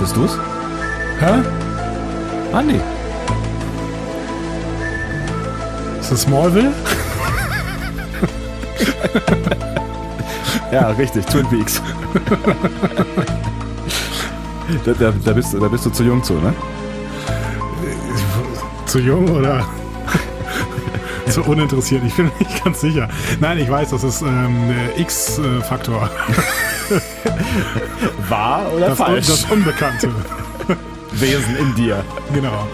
Bist du's? Hä? Andi. Ist das Smallville? Ja, richtig, Twin Peaks. da, da, da, bist, du- da bist du zu jung zu, ne? Zu jung oder zu uninteressiert? Ich bin mir nicht ganz sicher. Nein, ich weiß, das ist ähm, der X-Faktor. Wahr oder Das, Un- das Unbekannte. Wesen in dir. genau.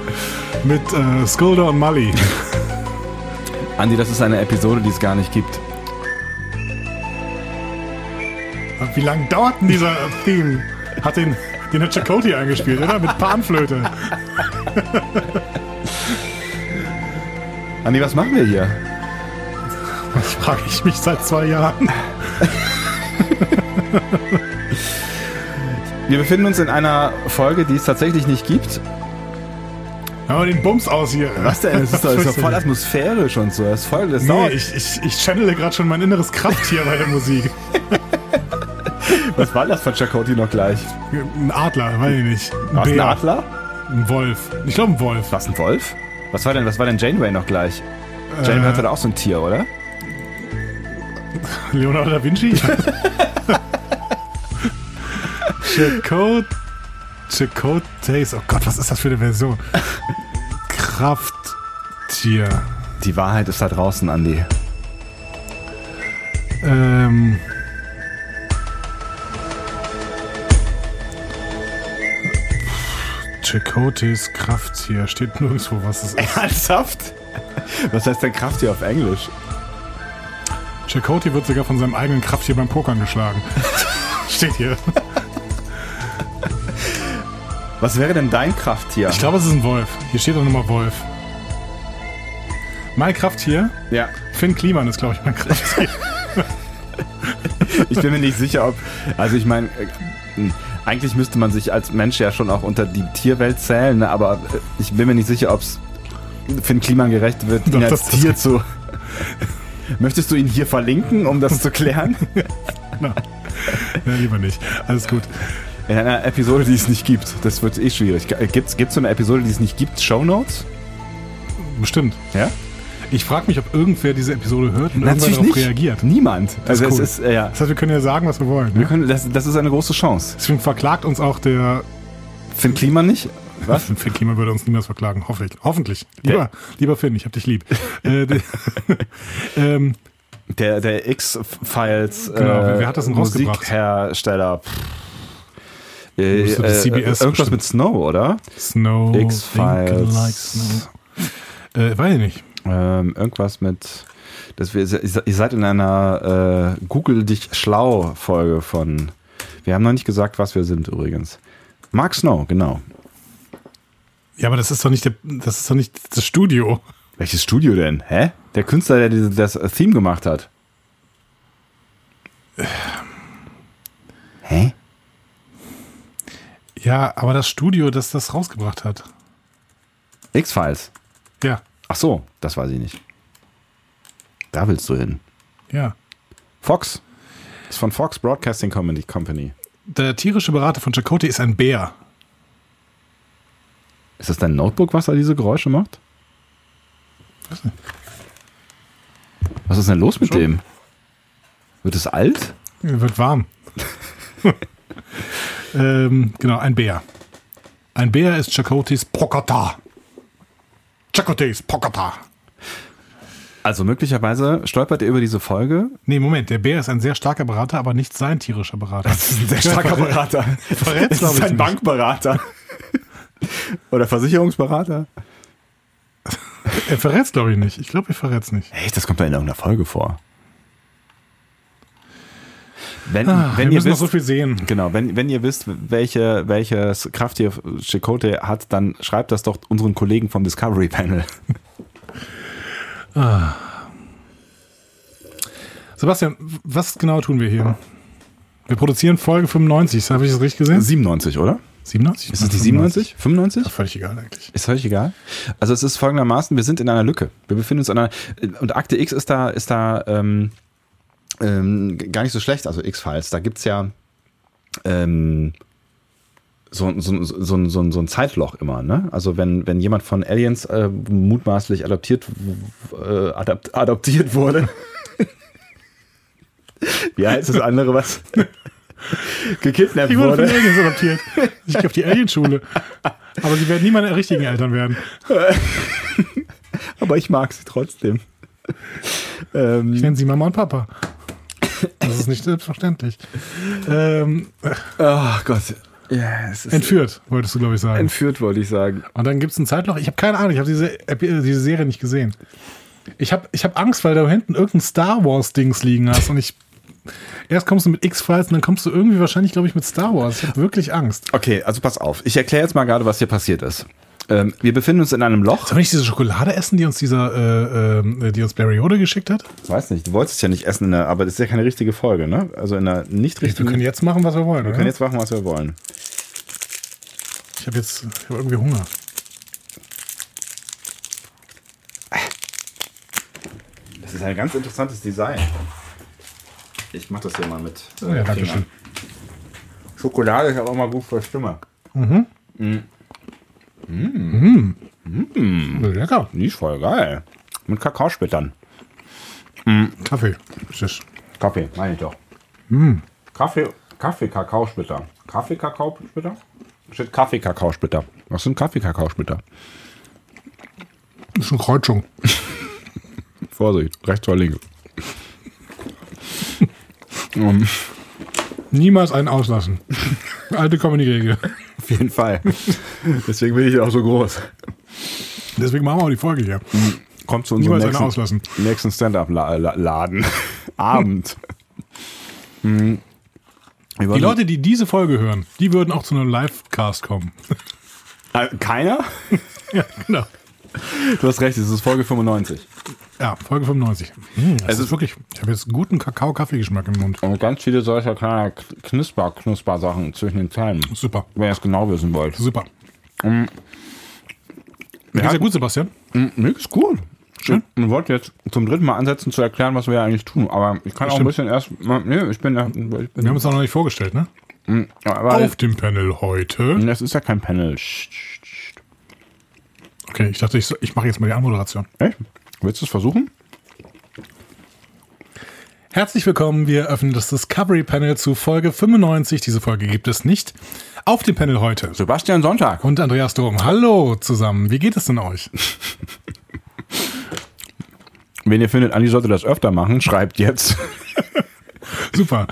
Mit äh, Skulder und Mully. Andi, das ist eine Episode, die es gar nicht gibt. Wie lange dauert denn dieser Theme? Hat den, den hat Chakoti eingespielt, oder? Mit Panflöte. Andi, was machen wir hier? Das frage ich mich seit zwei Jahren. Wir befinden uns in einer Folge, die es tatsächlich nicht gibt. Hör mal den Bums aus hier. Was denn? Das ist doch, das ist doch voll Furchtbar. atmosphärisch und so. Das ist voll, das Nee, dauert. ich, ich, ich channele gerade schon mein inneres Krafttier bei der Musik. Was war das von Chakoti noch gleich? Ein Adler, weiß ich nicht. War es ein Bär, Adler? Ein Wolf. Ich glaube, ein Wolf. War es ein Wolf? Was war denn, was war denn Janeway noch gleich? Janeway hatte da auch so ein Tier, oder? Leonardo da Vinci? Chakot. Chakotes. Oh Gott, was ist das für eine Version? Krafttier. Die Wahrheit ist da draußen, Andi. Ähm. Chakotes Krafttier. Steht nirgendwo, was es ist. Ernsthaft? Was heißt denn Krafttier auf Englisch? Chakoti wird sogar von seinem eigenen Krafttier beim Pokern geschlagen. Steht hier. Was wäre denn dein Krafttier? Ich glaube, es ist ein Wolf. Hier steht doch nochmal Wolf. Mein Krafttier? ja, Finn Kliman ist, glaube ich, mein Krafttier. ich bin mir nicht sicher, ob. Also, ich meine, äh, eigentlich müsste man sich als Mensch ja schon auch unter die Tierwelt zählen, ne, aber äh, ich bin mir nicht sicher, ob es Finn Kliman gerecht wird, ihn Doch, als das- das- Tier zu. Möchtest du ihn hier verlinken, um das zu klären? Na, ja, lieber nicht. Alles gut. In einer Episode, die es nicht gibt. Das wird eh schwierig. Gibt es so eine Episode, die es nicht gibt? Shownotes? Bestimmt. Ja? Ich frage mich, ob irgendwer diese Episode hört und irgendwer Natürlich darauf nicht. reagiert. Niemand. ist also, cool. es ist, äh, ja. Das heißt, wir können ja sagen, was wir wollen. Wir Ne? können, das, das ist eine große Chance. Deswegen verklagt uns auch der. Finn Kliman nicht? Was? Finn Kliman würde uns niemals verklagen. Hoffentlich. Hoffentlich. Lieber, lieber Finn, ich hab dich lieb. äh, de- ähm, Der, der X-Files. äh, Genau, wer- wer hat das denn rausgebracht? Musikhersteller. Pff. Äh, Müsste das CBS irgendwas bestimmt. mit Snow, oder? Snow. X-Files. Think like Snow. Äh, weiß ich nicht. Ähm, irgendwas mit. Das wir, ihr seid in einer äh, Google dich schlau Folge von. Wir haben noch nicht gesagt, was wir sind übrigens. Mark Snow, genau. Ja, aber das ist doch nicht der, das ist doch nicht das Studio. Welches Studio denn? Hä? Der Künstler, der diese, das Theme gemacht hat. Äh. Hä? Ja, aber das Studio, das das rausgebracht hat. X-Files. Ja, Ach so, das weiß ich nicht. Da willst du hin. ja. Fox. Ist von Fox Broadcasting Comedy Company. Der tierische Berater von Chakotay ist ein Bär. Ist das dein Notebook, was da diese Geräusche macht? Was ist denn los mit dem? Wird es alt? Er Wird warm. ähm, genau, ein Bär. Ein Bär ist Chakotis Pokata. Chakotis Pokata. Also möglicherweise stolpert er über diese Folge. Nee, Moment, der Bär ist ein sehr starker Berater, aber nicht sein tierischer Berater. Das Ein sehr starker Berater. Verrät's, Es glaub ist ich ein nicht. Bankberater. Oder Versicherungsberater. Er verrät's, glaube ich, nicht. Ich glaube, er verrät's nicht. Echt, das kommt da in irgendeiner Folge vor. Wenn, Ah, wenn ihr wir müssen noch wisst, so viel sehen. genau, wenn, wenn ihr wisst, welche, welches Krafttier Chicote hat, dann schreibt das doch unseren Kollegen vom Discovery Panel. Sebastian, was genau tun wir hier? Wir produzieren Folge 95, habe ich das richtig gesehen? 97, oder? 97? Ist es die 97? 95? Völlig egal eigentlich. Ist völlig egal. Also es ist folgendermaßen, wir sind in einer Lücke. Wir befinden uns in einer, und Akte X ist da, ist da ähm, ähm, g- gar nicht so schlecht, also X-Files. Da gibt's ja ähm, so, so, so, so, so, so ein Zeitloch immer. Ne? Also wenn, wenn jemand von Aliens äh, mutmaßlich adoptiert, äh, adapt, adoptiert wurde. Wie heißt das andere, was gekidnappt Ich wurde von wurde? Aliens adoptiert. Ich gehe auf die Alienschule. Aber sie werden nie meine richtigen Eltern werden. Aber ich mag sie trotzdem. Ähm, Ich nenne sie Mama und Papa. Das ist nicht selbstverständlich. Ähm, Ach Gott. Ja, es ist entführt, wolltest du, glaube ich, sagen. entführt, wollte ich sagen. Und dann gibt es ein Zeitloch. Ich habe keine Ahnung, ich habe diese, Epi- äh, diese Serie nicht gesehen. Ich habe ich hab Angst, weil du da hinten irgendein Star Wars-Dings liegen hast. Und ich. Erst kommst du mit X-Files und dann kommst du irgendwie wahrscheinlich, glaube ich, mit Star Wars. Ich habe wirklich Angst. Okay, also pass auf. Ich erkläre jetzt mal gerade, was hier passiert ist. Ähm, wir befinden uns in einem Loch. Sollen wir nicht diese Schokolade essen, die uns dieser, äh, ähm, die uns Barry Ode geschickt hat? Ich weiß nicht, du wolltest es ja nicht essen, in der, aber das ist ja keine richtige Folge, ne? Also in der nicht Wir richtigen. können ne? jetzt machen, was wir wollen. wir oder? können jetzt machen, was wir wollen. ich habe jetzt ich hab irgendwie Hunger. Das ist ein ganz interessantes Design. Ich mach das hier mal mit. Oh ja, danke Fingern. schön. Schokolade ist aber auch mal gut für die Stimme. Lecker. Die ist voll geil. Mit Kakaosplittern. Kaffee. Tschüss. Kaffee, meine ich doch. Hm. Kaffee, Kaffee, Kakaosplitter. Kaffee, Kakaosplitter? Steht Kaffee, Kakaosplitter. Was sind Kaffee, Kakaosplitter? Das ist eine Kreuzung. Vorsicht, rechts oder links. Niemals einen auslassen. Alte Comedy-Regel. Auf jeden Fall. Deswegen bin ich auch so groß. Deswegen machen wir auch die Folge hier. Kommt zu Niemals einen auslassen. nächsten Stand-Up-Laden. Hm. Abend. Die Leute, die diese Folge hören, die würden auch zu einem Livecast kommen. Äh, keiner? ja, genau. Du hast recht, es ist Folge 95. Ja, Folge 95. Hm, das ist wirklich, ich habe jetzt guten Kakao-Kaffeegeschmack im Mund. Und ganz viele solcher kleiner Knusper-Knusper-Sachen zwischen den Zeilen. Super, Wenn ihr es genau wissen wollt. super. Mir geht's ja gut, Sebastian. Nix ist gut. Schön. Ich wollte jetzt zum dritten Mal ansetzen, zu erklären, was wir ja eigentlich tun. Aber ich kann auch ein bisschen erst. Nee, ich bin. Ich Wir bin haben uns auch noch nicht vorgestellt, ne? aber Auf dem Panel heute. das ist ja kein Panel. Sch- sch- sch- Okay, ich dachte, ich, so- ich mache jetzt mal die Anmoderation. Echt? Willst du es versuchen? Herzlich willkommen, wir öffnen das Discovery Panel zu Folge 95. Diese Folge gibt es nicht. Auf dem Panel heute. Sebastian Sonntag. Und Andreas Dom. Hallo zusammen, wie geht es denn euch? Wenn ihr findet, Andi sollte das öfter machen, schreibt jetzt. Super.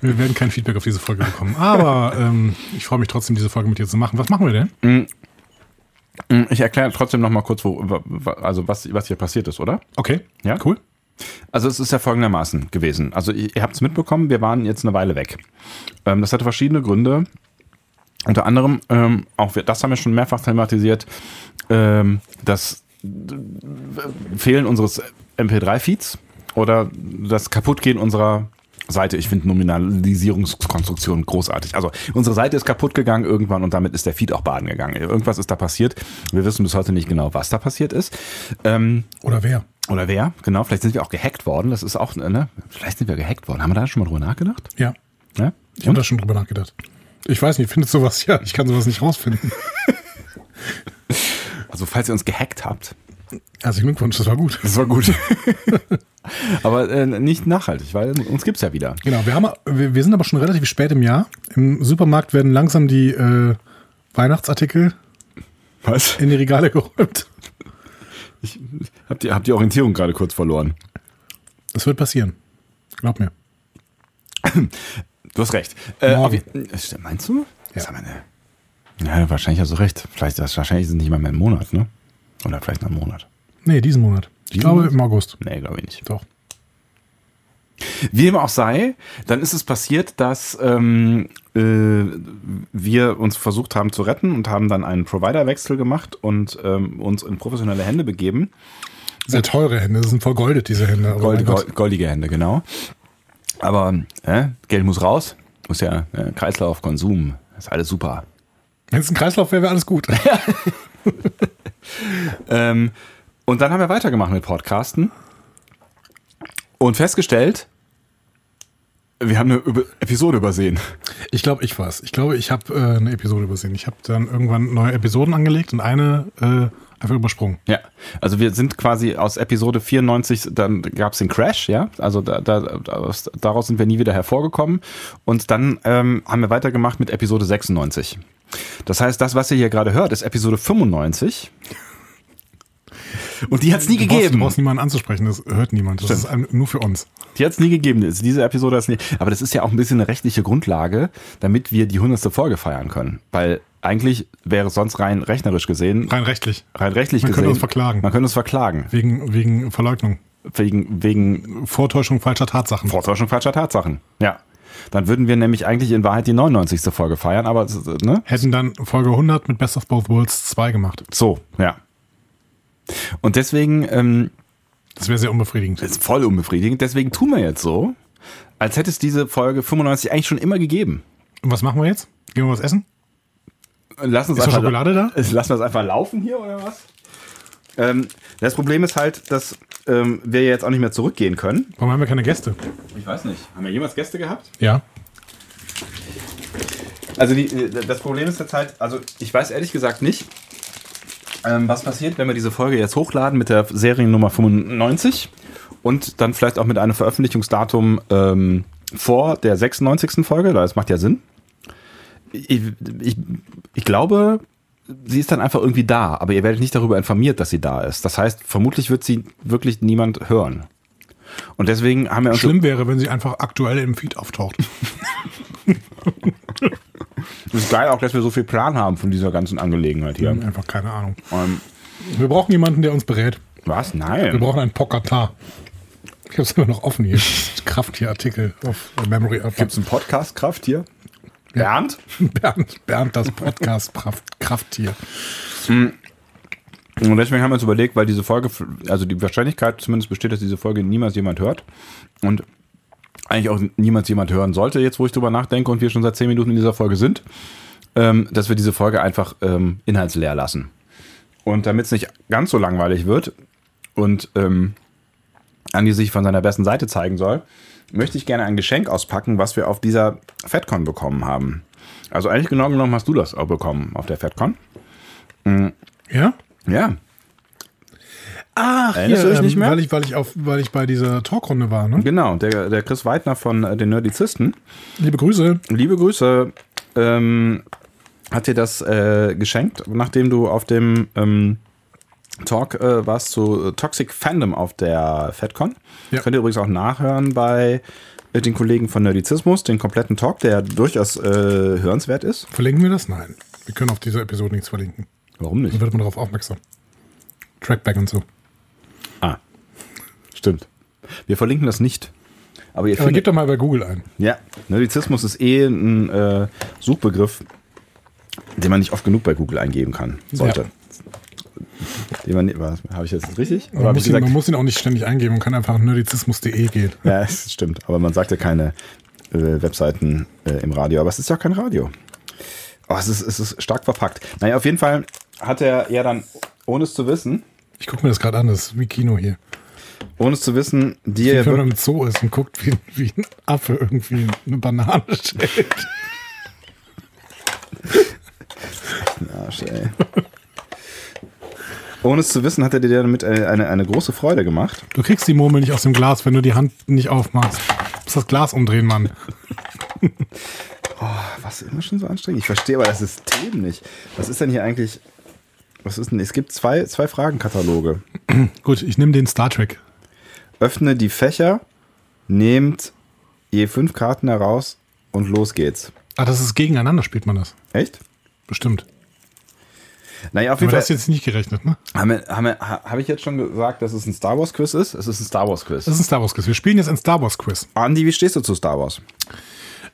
Wir werden kein Feedback auf diese Folge bekommen. Aber ähm, ich freue mich trotzdem, diese Folge mit dir zu machen. Was machen wir denn? Ich erkläre trotzdem nochmal kurz, wo, wa- also was, was hier passiert ist, oder? Okay. Ja. Cool. Also es ist ja folgendermaßen gewesen. Also ihr ihr habt es mitbekommen, wir waren jetzt eine Weile weg. Ähm, das hatte verschiedene Gründe. Unter anderem, ähm, auch wir, das haben wir schon mehrfach thematisiert, ähm, das äh, Fehlen unseres MP3-Feeds oder das Kaputtgehen unserer Seite. Ich finde Nominalisierungskonstruktion großartig. Also unsere Seite ist kaputt gegangen irgendwann und damit ist der Feed auch baden gegangen. Irgendwas ist da passiert. Wir wissen bis heute nicht genau, was da passiert ist. Ähm, Oder wer? oder wer? Genau, vielleicht sind wir auch gehackt worden. Das ist auch, ne? Vielleicht sind wir gehackt worden. Haben wir da schon mal drüber nachgedacht? Ne? Ja. Ja? Ich habe da schon drüber nachgedacht. Ich weiß nicht, findet sowas ja. Ich kann sowas nicht rausfinden. Also, falls ihr uns gehackt habt, Herzlichen Glückwunsch, das war gut. das war gut. Aber äh, nicht nachhaltig, weil uns gibt's ja wieder. Genau, wir, haben, wir, wir sind aber schon relativ spät im Jahr. Im Supermarkt werden langsam die äh, Weihnachtsartikel Was? in die Regale geräumt. Ich hab die, hab die Orientierung gerade kurz verloren. Das wird passieren. Glaub mir. Du hast recht. Äh, Morgen. auf je- äh, stimmt, meinst du? Ja. Sag mal, ne? ja, wahrscheinlich hast du recht. Vielleicht, das, wahrscheinlich ist es nicht mal mehr ein Monat, ne? Oder vielleicht noch ein Monat. Nee, diesen Monat. Ich Diesen glaube Monat? im August. Nee, glaube ich nicht. Doch. Wie dem auch sei, dann ist es passiert, dass ähm, äh, wir uns versucht haben zu retten und haben dann einen Providerwechsel gemacht und ähm, uns in professionelle Hände begeben. Sehr teure Hände. Das sind vergoldet, diese Hände. Aber Gold, mein Gott. gold, goldige Hände, genau. Aber äh, Geld muss raus, muss ja äh, Kreislauf, Konsum, ist alles super. Wenn es ein Kreislauf wäre, wäre alles gut. Ähm, und dann haben wir weitergemacht mit Podcasten und festgestellt, wir haben eine Über Episode übersehen. Ich glaube, ich war's. Ich glaube, ich habe äh, eine Episode übersehen. Ich habe dann irgendwann neue Episoden angelegt und eine äh, einfach übersprungen. Ja, also wir sind quasi aus Episode 94, dann gab es den Crash, ja, also da, da, aus- daraus sind wir nie wieder hervorgekommen und dann ähm, haben wir weitergemacht mit Episode 96. Das heißt, das, was ihr hier gerade hört, ist Episode 95 und die hat es nie Du brauchst, du gegeben. brauchst niemanden anzusprechen, das hört niemand. Das Stimmt. ist ein, nur für uns. Die hat es nie gegeben. Ist Diese Episode hat's nie. Aber das ist ja auch ein bisschen eine rechtliche Grundlage, damit wir die 100. Folge feiern können. Weil eigentlich wäre es sonst rein rechnerisch gesehen, Rein rechtlich. rein rechtlich Man gesehen. könnte uns verklagen. Man könnte uns verklagen. Wegen, wegen Verleugnung. Wegen, wegen Vortäuschung falscher Tatsachen. Vortäuschung falscher Tatsachen. Ja. Dann würden wir nämlich eigentlich in Wahrheit die 99. Folge feiern, aber es ist, ne? Hätten dann Folge 100 mit Best of Both Worlds 2 gemacht. so, ja. Und deswegen, ähm, Das wäre sehr unbefriedigend. ist voll unbefriedigend, deswegen tun wir jetzt so, als hätte es diese Folge 95 eigentlich schon immer gegeben. Und was machen wir jetzt? Gehen wir was essen? Lass uns Ist noch einfach Schokolade da? Lassen wir es einfach laufen hier oder was? Ähm, das Problem ist halt, dass ähm, wir jetzt auch nicht mehr zurückgehen können. Warum haben wir keine Gäste? Ich weiß nicht. Haben wir jemals Gäste gehabt? Ja. Also die, äh, das Problem ist jetzt halt, also ich weiß ehrlich gesagt nicht, ähm, was passiert, wenn wir diese Folge jetzt hochladen mit der Seriennummer 95 und dann vielleicht auch mit einem Veröffentlichungsdatum ähm, vor der 96. Folge, weil das macht ja Sinn. Ich, ich, ich glaube, sie ist dann einfach irgendwie da, aber ihr werdet nicht darüber informiert, dass sie da ist. Das heißt, vermutlich wird sie wirklich niemand hören. Und deswegen haben wir uns Schlimm wäre, wenn sie einfach aktuell im Feed auftaucht. Es ist geil auch, dass wir so viel Plan haben von dieser ganzen Angelegenheit hier. Einfach keine Ahnung. Ähm, Wir brauchen jemanden, der uns berät. was? Wir Nein. brauchen einen Pokatar. Ich habe es immer noch offen hier. Krafttier-Artikel auf Memory of Gibt es einen Podcast Kraft hier? Bernd? Bernd, Bernd, das Podcast Kraft- Krafttier. Und deswegen haben wir uns überlegt, weil diese Folge, also die Wahrscheinlichkeit zumindest besteht, dass diese Folge niemals jemand hört. Und eigentlich auch niemals jemand hören sollte, jetzt wo ich drüber nachdenke und wir schon seit 10 Minuten in dieser Folge sind, ähm, dass wir diese Folge einfach ähm, inhaltsleer lassen. Und damit es nicht ganz so langweilig wird und ähm, Andi sich von seiner besten Seite zeigen soll, möchte ich gerne ein Geschenk auspacken, was wir auf dieser FedCon bekommen haben. Also eigentlich genau genommen hast du das auch bekommen auf der FedCon. Ja? Ja, Ach, ähm, Erinnerst du dich nicht mehr? Weil ich, weil ich, auf, weil ich bei dieser Talkrunde war. Ne? Genau, der, der Chris Weidner von äh, den Nerdizisten. Liebe Grüße. Liebe Grüße. Ähm, hat dir das äh, geschenkt, nachdem du auf dem ähm, Talk äh, warst zu äh, Toxic Fandom auf der FedCon. Ja. Könnt ihr übrigens auch nachhören bei äh, den Kollegen von Nerdizismus, den kompletten Talk, der durchaus äh, hörenswert ist. Verlinken wir das? Nein. Wir können auf dieser Episode nichts verlinken. Warum nicht? Dann wird man darauf aufmerksam. Trackback und so. Ah, stimmt. Wir verlinken das nicht. Aber ne- ihr Aber findet gebt doch mal bei Google ein. Ja, Nerdizismus ist eh ein äh, Suchbegriff, den man nicht oft genug bei Google eingeben kann. Sollte. Den man, was, habe ich jetzt richtig? Oder Man hab muss, ich ihn, gesagt, man muss ihn auch nicht ständig eingeben. Man kann einfach nerdizismus.de gehen. ja, es stimmt. Aber man sagt ja keine äh, Webseiten äh, im Radio. Aber es ist ja auch kein Radio. Oh, es, ist, es ist stark verpackt. Naja, auf jeden Fall hat er ja dann, ohne es zu wissen, Ich gucke mir das gerade an. Das ist wie Kino hier. ohne es zu wissen, dir ja Wenn wirklich- man im Zoo ist und guckt, wie, wie ein Affe irgendwie eine Banane stellt. Arsch, Ah, ey. Ohne es zu wissen, hat er dir damit eine, eine, eine große Freude gemacht. Du kriegst die Murmel nicht aus dem Glas, wenn du die Hand nicht aufmachst. Du musst das Glas umdrehen, Mann. Was immer schon so anstrengend? Ich verstehe aber das System nicht. Was ist denn hier eigentlich? Was ist denn? Es gibt zwei, zwei Fragenkataloge. Gut, ich nehme den Star Trek. Öffne die Fächer, nehmt je fünf Karten heraus und los geht's. Ah, das ist gegeneinander, spielt man das. Echt? Bestimmt. Naja, auf Aber jeden das ist Fall. jetzt nicht gerechnet, ne? Haben wir- haben wir- ha- Habe ich jetzt schon gesagt, dass es ein Star Wars Quiz ist? Es ist ein Star Wars Quiz. Das ist ein Star Wars Quiz. Wir spielen jetzt ein Star Wars Quiz. Andi, wie stehst du zu Star Wars?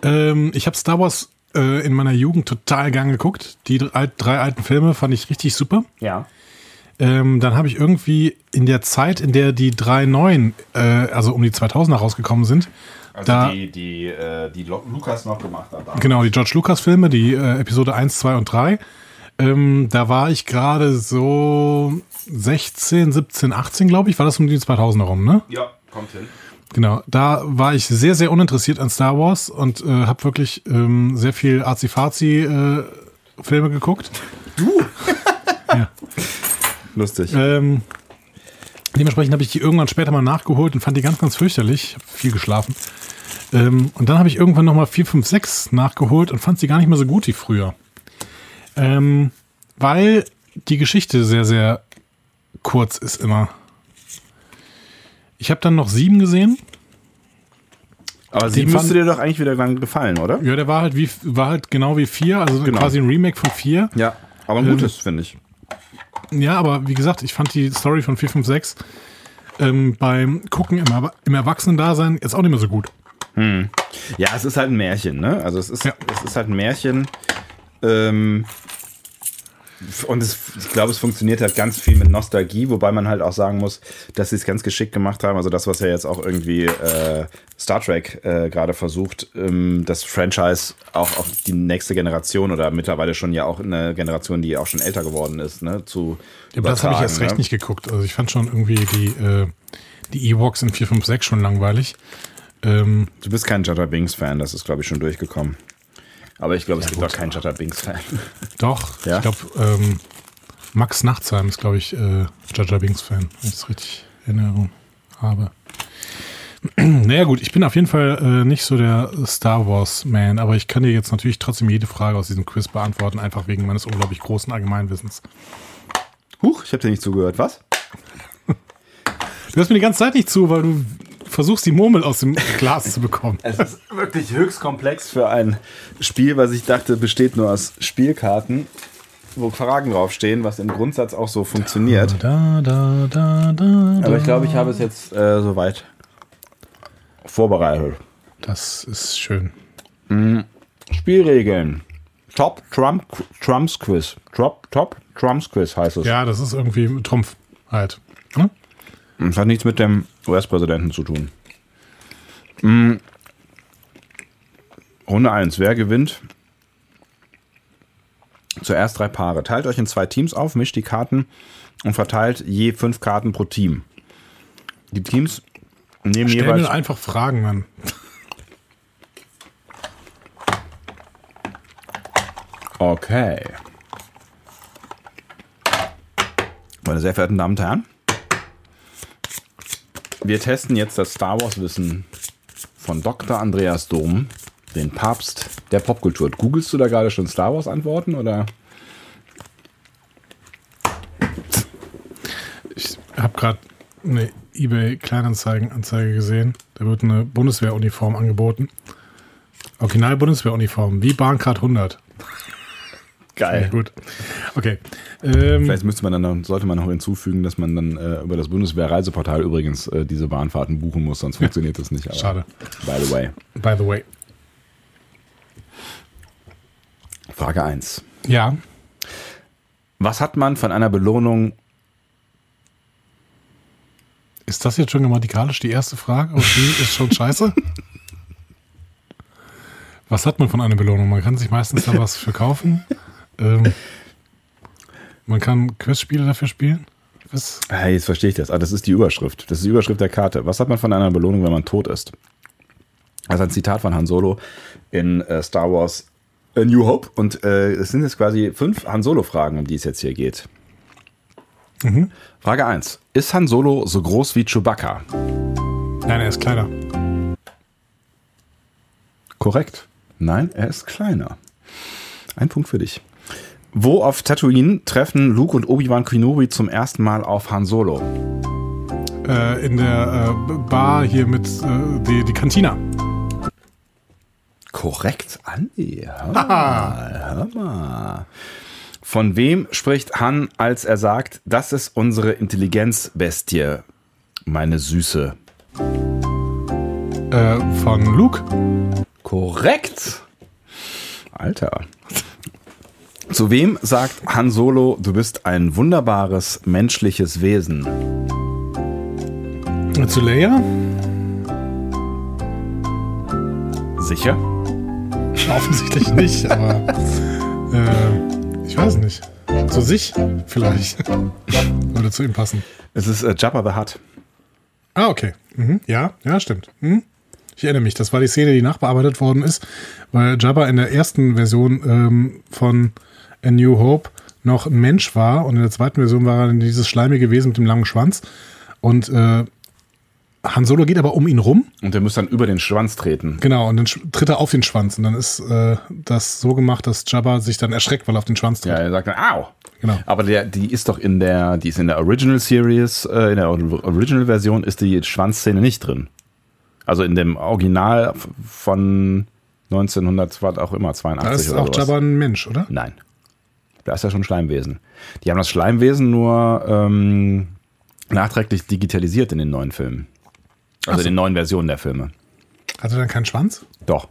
Ähm, ich habe Star Wars äh, in meiner Jugend total gern geguckt. Die dr- alt- drei alten Filme fand ich richtig super. Ja. Ähm, dann habe ich irgendwie in der Zeit, in der die drei neuen, äh, also um die 2000er rausgekommen sind, da, Also die, äh, die Lukas noch gemacht hat. genau, die George Lucas Filme, die äh, Episode 1, 2 und 3, ähm, da war ich gerade so 16, 17, 18, glaube ich, war das um die 2000er rum, ne? Ja, kommt hin. Genau, da war ich sehr, sehr uninteressiert an Star Wars und äh, habe wirklich ähm, sehr viel Arzi-Fazi-Filme geguckt. Du? Ja. Lustig. Äh, Ähm, dementsprechend habe ich die irgendwann später mal nachgeholt und fand die ganz, ganz fürchterlich. Ich habe viel geschlafen. Ähm, und dann habe ich irgendwann nochmal 4, 5, 6 nachgeholt und fand sie gar nicht mehr so gut wie früher. Ähm, weil die Geschichte sehr, sehr kurz ist immer. Ich habe dann noch 7 gesehen. Aber sie Den müsste fand- dir doch eigentlich wieder lang gefallen, oder? Ja, der war halt, wie, war halt genau wie 4, also Genau. quasi ein Remake von 4. Ja. Aber ein gutes, finde ich. Ja, aber wie gesagt, ich fand die Story von 456 ähm, beim Gucken im, Erwa- im Erwachsenen-Dasein jetzt auch nicht mehr so gut. Ja, es ist halt ein Märchen, ne? Also es ist, Ja. es ist halt ein Märchen. Ähm, f- und es, ich glaube, es funktioniert halt ganz viel mit Nostalgie, wobei man halt auch sagen muss, dass sie es ganz geschickt gemacht haben. Also das, was ja jetzt auch irgendwie äh, Star Trek äh, gerade versucht, ähm, das Franchise auch auf die nächste Generation oder mittlerweile schon ja auch eine Generation, die auch schon älter geworden ist, ne? Zu Ja, aber das habe ich übertragen, erst recht ne? nicht geguckt. Also ich fand schon irgendwie die, äh, die Ewoks in 456 schon langweilig. Ähm, Du bist kein Jaja Binks-Fan, das ist, glaube ich, schon durchgekommen. Aber ich glaube, es gibt auch keinen Jaja Binks-Fan. doch, Ja? ich glaube, ähm, Max Nachtsheim ist, glaube ich, äh, Jaja Binks-Fan, wenn ich das richtig in Erinnerung habe. naja gut, ich bin auf jeden Fall äh, nicht so der Star Wars-Man, aber ich kann dir jetzt natürlich trotzdem jede Frage aus diesem Quiz beantworten, einfach wegen meines unglaublich großen Allgemeinwissens. Huch, ich habe dir nicht zugehört. Was? Du hörst mir die ganze Zeit nicht zu, weil du versuchst, die Murmel aus dem Glas zu bekommen. Es ist wirklich höchst komplex für ein Spiel, was ich dachte, besteht nur aus Spielkarten, wo Fragen draufstehen, was im Grundsatz auch so funktioniert. Da, da, da, da, da. Aber ich glaube, ich habe es jetzt äh, soweit vorbereitet. Das ist schön. Spielregeln. Top Trump, Trumps Quiz. Top, top Trumps Quiz heißt es. Ja, das ist irgendwie ein Trumpf halt. Ne? Das Hm, hat nichts mit dem US-Präsidenten zu tun. Mm. Runde 1. Wer gewinnt? Zuerst drei Paare. Teilt euch in zwei Teams auf, mischt die Karten und verteilt je fünf Karten pro Team. Die Teams nehmen Stell jeweils. mir einfach Fragen an. Okay. Meine sehr verehrten Damen und Herren, wir testen jetzt das Star Wars-Wissen von Dr. Andreas Dom, den Papst der Popkultur. Googlest du da gerade schon Star Wars-Antworten oder? Ich habe gerade eine eBay Kleinanzeigen-Anzeige gesehen. Da wird eine Bundeswehruniform angeboten. Original Bundeswehruniform, wie Bahncard 100. Ja, Geil. gut. Okay. Ähm, Vielleicht müsste man dann noch, sollte man noch hinzufügen, dass man dann äh, über das Bundeswehr-Reiseportal übrigens äh, diese Bahnfahrten buchen muss, sonst funktioniert das nicht. Aber, Schade. By the way. by the way. Frage 1. Ja, Was hat man von einer Belohnung ist das jetzt schon grammatikalisch die erste Frage? Und die ist schon scheiße? Was hat man von einer Belohnung? Man kann sich meistens da was für kaufen. Ähm, man kann Quizspiele dafür spielen. Was? Ah, jetzt verstehe ich das. Ah, das ist die Überschrift. Das ist die Überschrift der Karte. Was hat man von einer Belohnung, wenn man tot ist? Das ist ein Zitat von Han Solo in äh, Star Wars A New Hope. Und äh, es sind jetzt quasi fünf Han Solo-Fragen, um die es jetzt hier geht. Frage 1. Ist Han Solo so groß wie Chewbacca? Nein, er ist kleiner. Korrekt. Nein, er ist kleiner. Ein Punkt für dich. Wo auf Tatooine treffen Luke und Obi-Wan Kenobi zum ersten Mal auf Han Solo? Äh, in der äh, B- Bar hier mit äh, die, die Kantina. Korrekt, Andi. Hör mal, hör mal. Von wem spricht Han, als er sagt, das ist unsere Intelligenzbestie, meine Süße? Äh, von Luke. Korrekt. Alter. Zu wem sagt Han Solo, du bist ein wunderbares menschliches Wesen? Äh, Zu Leia. Sicher? Offensichtlich nicht, aber äh, ich weiß nicht. Zu sich vielleicht. Würde zu ihm passen. Es ist äh, Jabba the Hutt. Ah, okay. Mhm. Ja, ja, stimmt. Mhm. Ich erinnere mich, das war die Szene, die nachbearbeitet worden ist, weil Jabba in der ersten Version ähm, von A New Hope noch ein Mensch war und in der zweiten Version war er dann dieses schleimige Wesen mit dem langen Schwanz. Und äh, Han Solo geht aber um ihn rum, Und der muss dann über den Schwanz treten. genau, und dann sch- tritt er auf den Schwanz. Und dann ist äh, das so gemacht, dass Jabba sich dann erschreckt, weil er auf den Schwanz tritt. Ja, er sagt dann, au! Genau. Aber der, die ist doch in der, die ist in der Original Series, äh, in der Original Version ist die Schwanzszene nicht drin. Also in dem Original f- von 1900, was auch immer, 82 Da ist oder auch sowas. Jabba ein Mensch, oder? Nein. Da ist ja schon Schleimwesen. Die haben das Schleimwesen nur ähm, nachträglich digitalisiert in den neuen Filmen. Also Ach so. in den neuen Versionen der Filme. Hat er dann keinen Schwanz? Doch.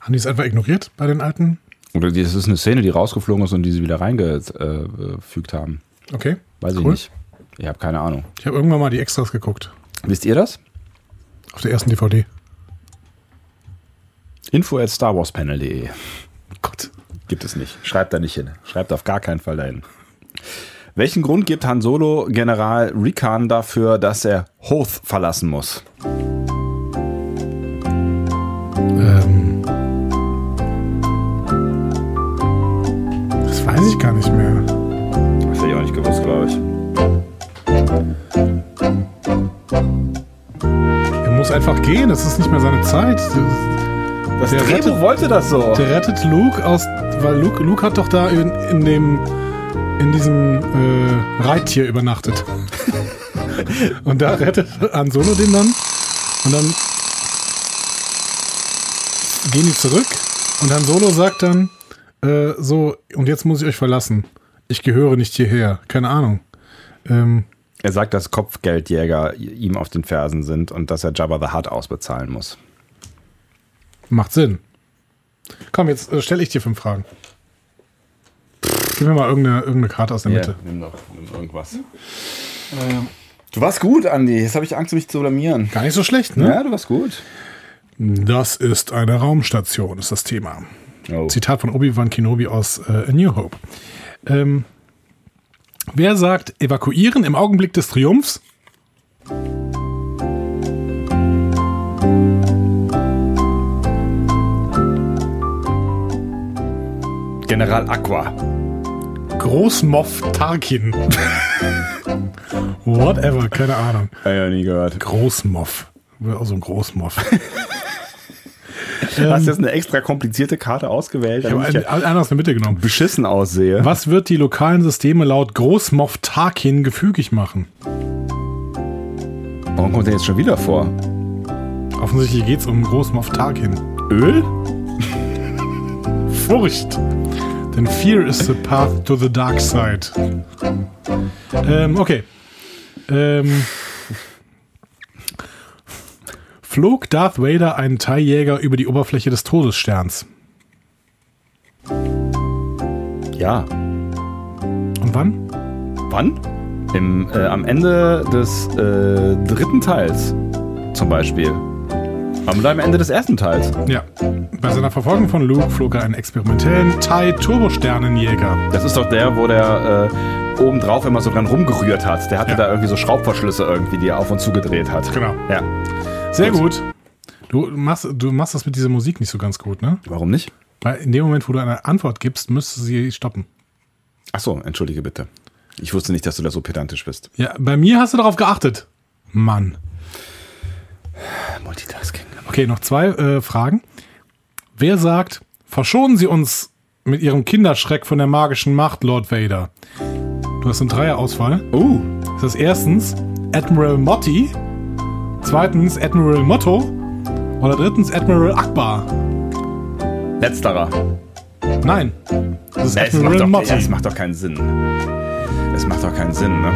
Haben die es einfach ignoriert bei den alten? Oder das ist eine Szene, die rausgeflogen ist und die sie wieder reingefügt haben. Okay. Weiß ich cool. nicht. Ich habe keine Ahnung. Ich habe irgendwann mal die Extras geguckt. Wisst ihr das? Auf der ersten DVD. Info at starwarspanel.de. Gott. Gibt es nicht. Schreibt da nicht hin. Schreibt auf gar keinen Fall dahin. Welchen Grund gibt Han Solo General Rikan dafür, dass er Hoth verlassen muss? Ähm. Das weiß ich gar nicht mehr. Das hätte ich auch nicht gewusst, glaube ich. Er muss einfach gehen, das ist nicht mehr seine Zeit. Der Das Der Drehbuch rettet- wollte das so. der rettet Luke aus. Weil Luke, Luke hat doch da in, in dem. in diesem äh, Reittier übernachtet. Und da rettet Han Solo den dann. Und dann. gehen die zurück. Und Han Solo sagt dann: äh, So, und jetzt muss ich euch verlassen. Ich gehöre nicht hierher. Keine Ahnung. Ähm. Er sagt, dass Kopfgeldjäger ihm auf den Fersen sind und dass er Jabba the Hutt ausbezahlen muss. Macht Sinn. Komm, jetzt äh, stelle ich dir fünf Fragen. Gib mir mal irgendeine, irgendeine Karte aus der Mitte. nimm doch irgendwas. Du warst gut, Andi. Jetzt habe ich Angst, mich zu blamieren. Gar nicht so schlecht, ne? Ja, du warst gut. Das ist eine Raumstation, ist das Thema. Oh. Zitat von Obi-Wan Kenobi aus äh, A New Hope. Ähm, wer sagt, evakuieren im Augenblick des Triumphs? General Aqua. Großmoff Tarkin. Whatever, keine Ahnung. Hab ich noch nie gehört. Großmoff. Auch so ein Großmoff. Hast jetzt eine extra komplizierte Karte ausgewählt, Ich habe damit Ähm, ich einen, ja einen aus der Mitte genommen. beschissen aussehe. Was wird die lokalen Systeme laut Großmoff Tarkin gefügig machen? Warum kommt der jetzt schon wieder vor? Offensichtlich geht es um Großmoff Tarkin. Öl? Furcht! Denn Fear is the path to the dark side. Ähm, okay. Ähm, flog Darth Vader einen TIE-Jäger über die Oberfläche des Todessterns? Ja. Und wann? Wann? Im, äh, am Ende des äh, dritten Teils zum Beispiel. Am, am Ende des ersten Teils. Ja. Bei seiner Verfolgung von Luke flog er einen experimentellen TIE-Turbosternenjäger. Das ist doch der, wo der äh, obendrauf immer so dran rumgerührt hat. Der hatte Ja. da irgendwie so Schraubverschlüsse irgendwie, die er auf und zugedreht hat. Genau. Ja. Sehr gut. Du machst, du machst das mit dieser Musik nicht so ganz gut, ne? Warum nicht? Weil in dem Moment, wo du eine Antwort gibst, müsste sie stoppen. Achso, entschuldige bitte. Ich wusste nicht, dass du da so pedantisch bist. Ja, bei mir hast du darauf geachtet. Mann. Multitasking. Okay, noch zwei äh, Fragen. Wer sagt, verschonen Sie uns mit Ihrem Kinderschreck von der magischen Macht, Lord Vader? Du hast einen Dreierauswahl. Uh, Das ist erstens Admiral Motti, zweitens Admiral Motto oder drittens Admiral Akbar. letzterer. Nein, das ist Ja, es macht doch, Admiral ja, Motti. es macht doch keinen Sinn. Es macht doch keinen Sinn, ne?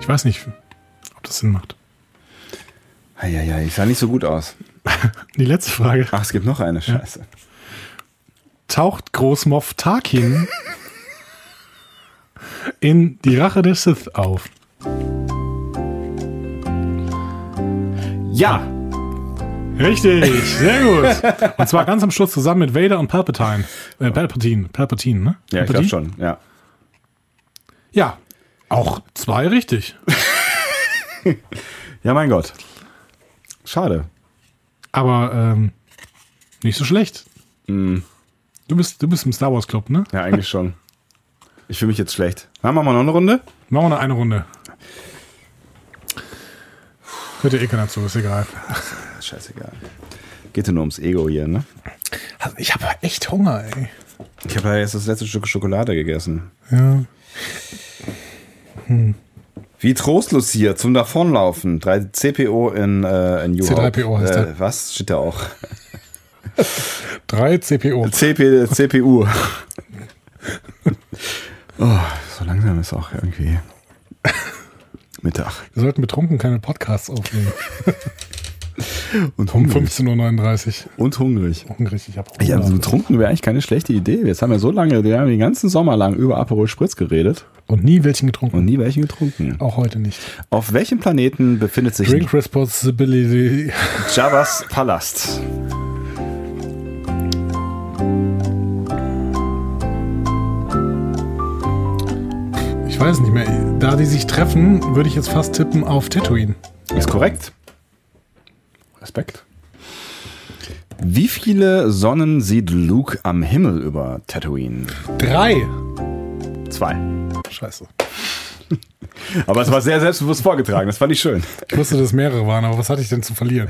Ich weiß nicht, ob das Sinn macht. Eieiei, ich sah nicht so gut aus. Die letzte Frage. Ach, es gibt noch eine Scheiße. taucht Großmoff Tarkin in die Rache der Sith auf. Ja! Richtig, sehr gut. Und zwar ganz am Schluss zusammen mit Vader und Palpatine. Äh, Palpatine, Palpatine, ne? Ja, ich glaube Palpatine? schon, ja. Ja, auch zwei richtig. ja, mein Gott. Schade. Aber ähm, nicht so schlecht. Mm. Du bist, du bist im Star Wars Club, ne? Ja, eigentlich schon. Ich fühle mich jetzt schlecht. Na, machen wir noch eine Runde? Machen wir noch eine Runde. Hört ja eh keiner zu, ist egal. Scheißegal. Geht ja nur ums Ego hier, ne? Ich habe echt Hunger, ey. Ich habe ja jetzt das letzte Stück Schokolade gegessen. Ja. Wie trostlos hier zum Davonlaufen. 3 CPO in, äh, in Europe. C3PO heißt äh, der. Was? Steht da auch. Drei CPO. CP, CPU. oh, so langsam ist auch irgendwie Mittag. Wir sollten betrunken keine Podcasts aufnehmen. Und Um hungrig. 15.39 Uhr. Und hungrig. Hungrig, ich habe Hunger. Ja, also betrunken wäre eigentlich keine schlechte Idee. Jetzt haben wir so lange, wir haben den ganzen Sommer lang über Aperol Spritz geredet Und nie welchen getrunken. und nie welchen getrunken. Auch heute nicht. Auf welchem Planeten befindet sich Drink Responsibility. Javas Palast? Ich weiß nicht mehr. Da die sich treffen, würde ich jetzt fast tippen auf Tatooine. Ist korrekt. Respekt. Wie viele Sonnen sieht Luke am Himmel über Tatooine? Drei. Zwei. Scheiße. Aber es war sehr selbstbewusst vorgetragen, das fand ich schön. Ich wusste, dass es mehrere waren, aber was hatte ich denn zu verlieren?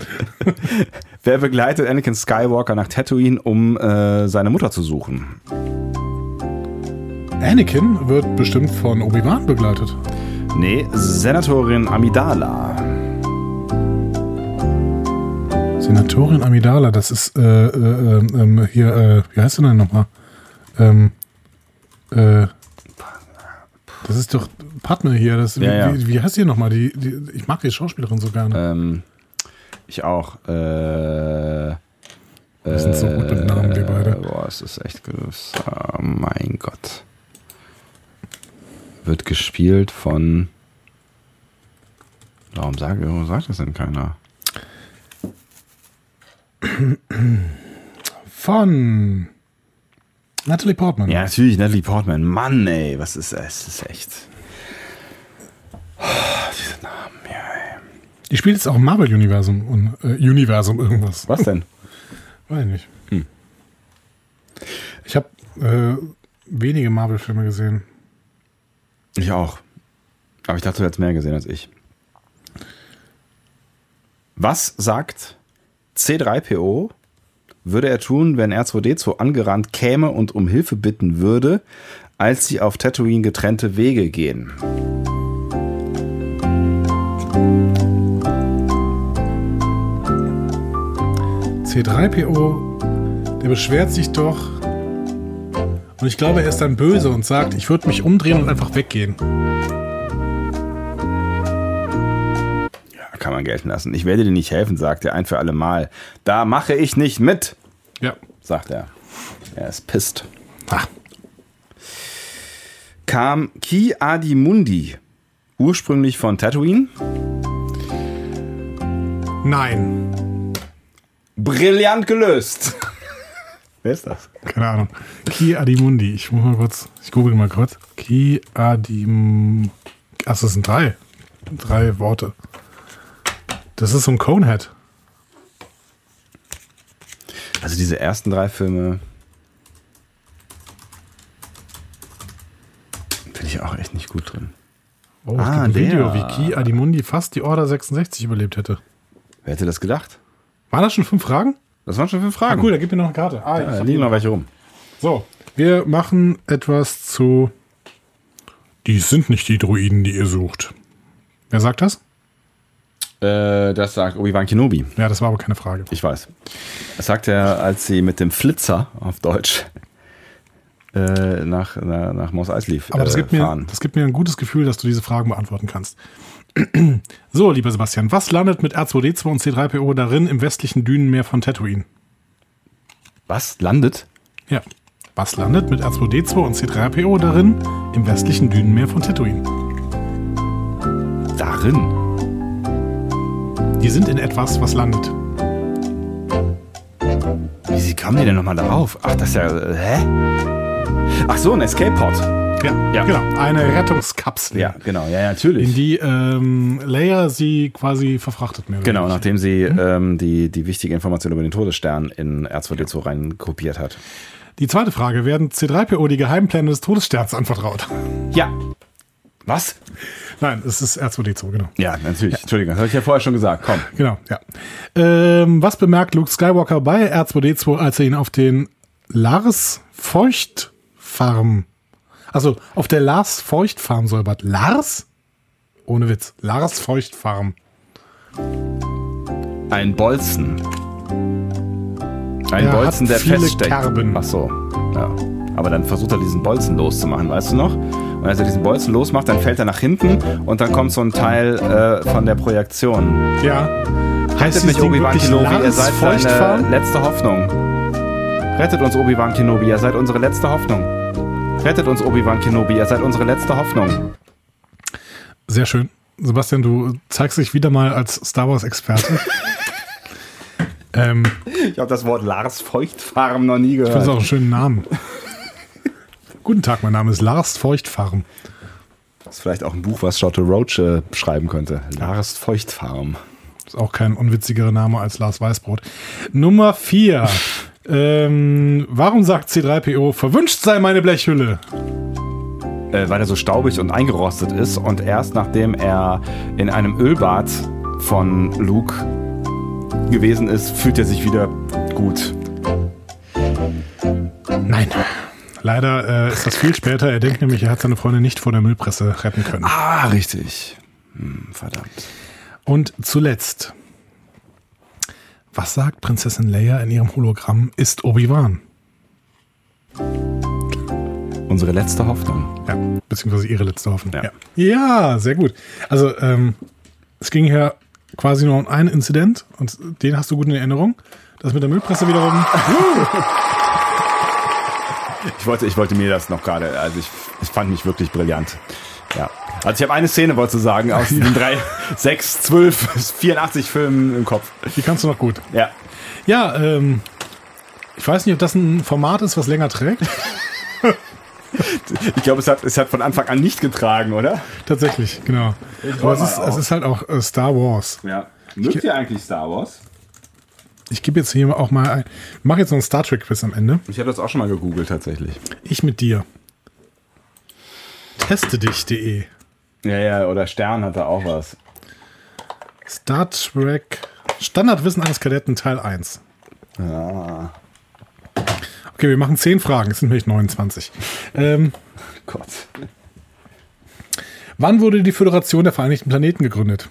Wer begleitet Anakin Skywalker nach Tatooine, um äh, seine Mutter zu suchen? Anakin wird bestimmt von Obi-Wan begleitet. Nee, Senatorin Amidala. Senatorin Amidala, das ist äh, äh, ähm, ähm, hier, äh, wie heißt sie denn nochmal? Ähm, äh, das ist doch Padme hier. Das, Ja, ja. Wie, wie heißt die nochmal? Die, die, ich mag die Schauspielerin so gerne. Ähm, ich auch. Äh, Wir sind so gut mit Namen, wir beide. Boah, es ist echt. groß. Oh mein Gott. Wird gespielt von. Warum sagt, warum sagt das denn keiner? Von Natalie Portman. Ja, natürlich, Natalie Portman. Mann, ey, was ist das? Das ist echt. Diese Namen, ja, ey. Die spielt jetzt auch im Marvel-Universum und äh, Universum irgendwas. Was Hm. denn? Weiß ich nicht. Ich habe äh, wenige Marvel-Filme gesehen. Ich auch. Aber ich dachte, du hättest mehr gesehen als ich. Was sagt C3PO, würde er tun, wenn R2D2 angerannt käme und um Hilfe bitten würde, als sie auf Tatooine getrennte Wege gehen? C3PO, der beschwert sich doch. Und ich glaube, er ist dann böse und sagt, ich würde mich umdrehen und einfach weggehen. Ja, kann man gelten lassen. Ich werde dir nicht helfen, sagt er ein für alle Mal. Da mache ich nicht mit, Ja. sagt er. Er ist pisst. Ah, Kam Ki Adimundi, ursprünglich von Tatooine, nein. brillant gelöst. Wer ist das? Keine Ahnung. Ki Adimundi. Ich muss mal kurz. Ich google mal kurz. Ki Adim. Ach, das sind drei. Drei Worte. Das ist so ein Conehead. Also diese ersten drei Filme bin ich auch echt nicht gut drin. Oh, es Ah, gibt ein Video, der. wie Ki Adimundi fast die Order 66 überlebt hätte. Wer hätte das gedacht? Waren das schon fünf Fragen? Ah, Das waren schon fünf Fragen. Cool, da gibt mir noch eine Karte. Ah, ich Da hab liegen noch welche rum. So, wir machen etwas zu. Die sind nicht die Druiden, die ihr sucht. Wer sagt das? Äh, das sagt Obi-Wan Kenobi. Ja, das war aber keine Frage. Ich weiß. Das sagt er, als sie mit dem Flitzer auf Deutsch äh, nach, na, nach Mos Eisley lief. Aber das, äh, gibt mir, fahren. das gibt mir ein gutes Gefühl, dass du diese Fragen beantworten kannst. So, lieber Sebastian, was landet mit R2D2 und C3PO darin im westlichen Dünenmeer von Tatooine? Was? Landet? Ja. Was landet mit R2D2 und C3PO darin im westlichen Dünenmeer von Tatooine? Darin. Die sind in etwas, was landet. äh, Wie sie kamen die denn nochmal darauf? Ach, das ist ja. Hä? Ach so, ein Escape-Pod. Ja, Ja. genau. Eine Rettungskapsel, Ja, genau, ja, ja, in natürlich. die ähm, Leia sie quasi verfrachtet. Mehr oder Genau, weniger. nachdem sie ähm, die, die wichtige Information über den Todesstern in R2D2 reinkopiert hat. Die zweite Frage, werden C3PO die Geheimpläne des Todessterns anvertraut? Ja. Was? Nein, es ist R2D2, genau. Ja, natürlich. Entschuldigung, das habe ich ja vorher schon gesagt. Komm. Genau, ja. Ähm, was bemerkt Luke Skywalker bei R2D2, als er ihn auf den Lars Feucht Farm, also auf der Lars Feucht Farm säubert? Lars? Ohne Witz. Lars Feucht Farm. Ein Bolzen. Ein Er Bolzen, hat der viele feststeckt. Kerben. Ach so. Ja. Aber dann versucht er diesen Bolzen loszumachen, weißt du noch? Und als er diesen Bolzen losmacht, dann fällt er nach hinten und dann kommt so ein Teil äh, von der Projektion. Ja. Rettet Heißt mich Obi-Wan Kenobi, ihr seid Feuchtfarm? seine letzte Hoffnung. Rettet uns Obi-Wan Kenobi, ihr seid unsere letzte Hoffnung. Rettet uns Obi-Wan Kenobi, ihr seid unsere letzte Hoffnung. Sehr schön. Sebastian, du zeigst dich wieder mal als Star Wars-Experte. ähm, Ich habe das Wort Lars Feuchtfarm noch nie Das ist gehört. auch einen schönen Namen. Guten Tag, mein Name ist Lars Feuchtfarm. Das ist vielleicht auch ein Buch, was Charlotte Roach äh, schreiben könnte. Lars Feuchtfarm. Ist auch kein unwitzigerer Name als Lars Weißbrot. Nummer 4. ähm, warum sagt C3PO, verwünscht sei meine Blechhülle? äh, weil er so staubig und eingerostet ist. Und erst nachdem er in einem Ölbad von Luke gewesen ist, fühlt er sich wieder gut. Nein. Leider äh, ist das viel später. Er denkt nämlich, er hat seine Freundin nicht vor der Müllpresse retten können. Ah, richtig. Hm, verdammt. Und zuletzt. Was sagt Prinzessin Leia in ihrem Hologramm? Ist Obi-Wan. Unsere letzte Hoffnung. Ja, beziehungsweise ihre letzte Hoffnung. Ja. Ja, ja. sehr gut. Also, ähm, es ging ja quasi nur um einen Inzident und den hast du gut in Erinnerung. Das mit der Müllpresse wiederum. Ich wollte, ich wollte mir das noch gerade, also ich, ich fand mich wirklich brillant. Ja. Also ich habe eine Szene, wollte ich sagen, aus den drei, sechs, zwölf, 84 Filmen im Kopf. Die kannst du noch gut. Ja. Ja, ähm, ich weiß nicht, ob das ein Format ist, was länger trägt. Ich glaube, es hat, es hat von Anfang an nicht getragen, oder? Tatsächlich, genau. Aber es mal ist, auch. es ist halt auch äh, Star Wars. Ja. Mögt ihr eigentlich Star Wars? Ich gebe jetzt hier auch mal ein. Ich mache jetzt noch ein Star Trek-Quiz am Ende. Ich habe das auch schon mal gegoogelt tatsächlich. Ich mit dir. Teste E. dich.de. Ja, ja, oder Stern hat da auch was. Star Trek. Standardwissen eines Kadetten Teil 1. Okay, wir machen 10 Fragen. Es sind nämlich 29. Ähm, Gott. wann wurde die Föderation der Vereinigten Planeten gegründet?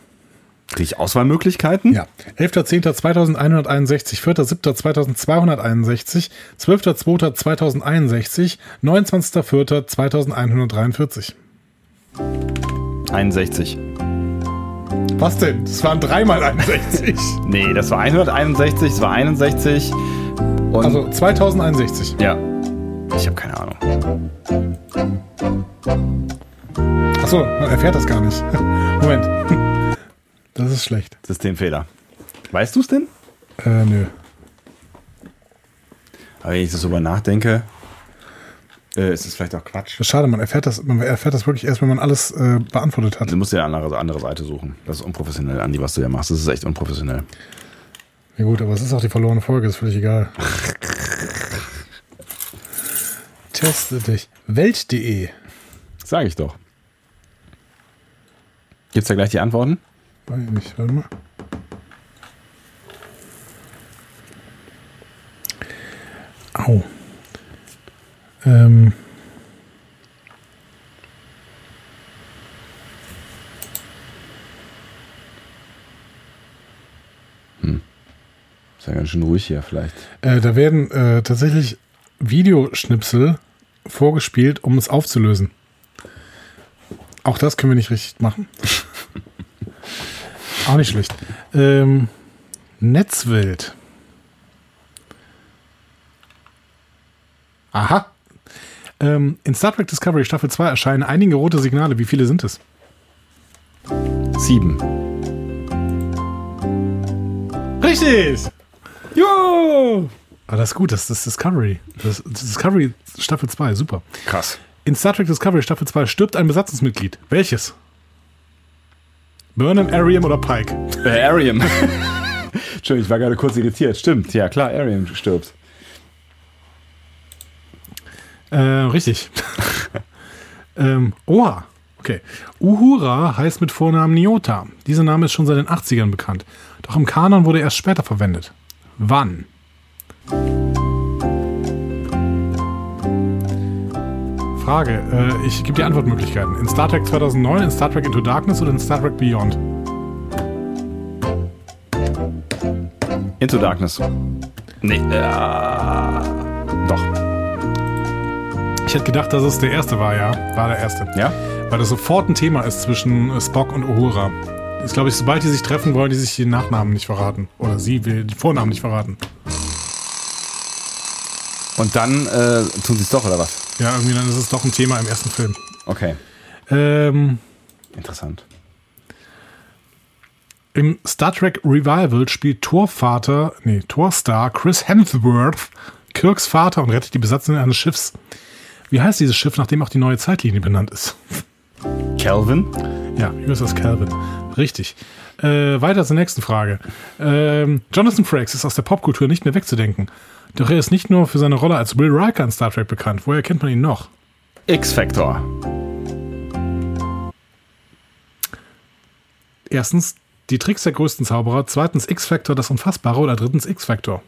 Kriege ich Auswahlmöglichkeiten? Ja. 11.10.2161, 4.7.2261, 12.02.2061, 29.04.2143. 61. Was denn? Es waren dreimal 61. Nee, das war 161, das war 61. Und also 2061. ja. Ich habe keine Ahnung. Achso, man erfährt das gar nicht. Moment. Das ist schlecht. Systemfehler. Weißt du es denn? Äh, nö. Aber wenn ich so drüber nachdenke, äh, ist es vielleicht auch Quatsch. Das ist Schade, man erfährt das, man erfährt das wirklich erst, wenn man alles äh, beantwortet hat. Du musst dir eine andere, andere Seite suchen. Das ist unprofessionell, Andi, was du hier machst. Das ist echt unprofessionell. Ja gut, aber es ist auch die verlorene Folge, ist völlig egal. Teste dich. Welt.de. Sage ich doch. Gibt's da gleich die Antworten? Weiß ich nicht, warte mal. Au. Ähm. Ist ja ganz schön ruhig hier vielleicht. Äh, da werden äh, tatsächlich Videoschnipsel vorgespielt, um es aufzulösen. Auch das können wir nicht richtig machen. Auch nicht schlecht. Ähm, Netzwelt. Aha. Ähm, in Star Trek Discovery Staffel 2 erscheinen einige rote Signale. Wie viele sind es? Sieben. Richtig! Jo! Ah, das ist gut, das ist Discovery. Das, das Discovery Staffel 2, super. Krass. In Star Trek Discovery Staffel 2 stirbt ein Besatzungsmitglied. Welches? Burnham, Arium oder Pike? Äh, Arium. Entschuldigung, ich war gerade kurz irritiert. Stimmt, ja klar, Arium stirbt. Äh, richtig. ähm, oha. Okay. Uhura heißt mit Vornamen Niota. Dieser Name ist schon seit den 80ern bekannt. Doch im Kanon wurde er erst später verwendet. Wann? Frage. Äh, ich gebe dir Antwortmöglichkeiten. In Star Trek 2009, in Star Trek Into Darkness oder in Star Trek Beyond? Into Darkness. Nee, äh, doch. Ich hätte gedacht, dass es der erste war, ja. War der erste. Ja? Weil das sofort ein Thema ist zwischen äh, Spock und Uhura. Ist, glaube ich, sobald die sich treffen, wollen die sich den Nachnamen nicht verraten. Oder sie will den Vornamen nicht verraten. Und dann äh, tun sie es doch, oder was? Ja, irgendwie dann ist es doch ein Thema im ersten Film. Okay, Ähm, interessant. Im Star Trek Revival spielt Torvater, nee, Torstar Chris Hemsworth Kirks Vater und rettet die Besatzung eines Schiffs. Wie heißt dieses Schiff, nachdem auch die neue Zeitlinie benannt ist? Calvin? Ja, USS Calvin. Richtig. Äh, weiter zur nächsten Frage. Ähm, Jonathan Frakes ist aus der Popkultur nicht mehr wegzudenken. Doch er ist nicht nur für seine Rolle als Will Riker in Star Trek bekannt. Woher kennt man ihn noch? X-Factor. Erstens die Tricks der größten Zauberer, zweitens X-Factor das Unfassbare oder drittens X-Factor.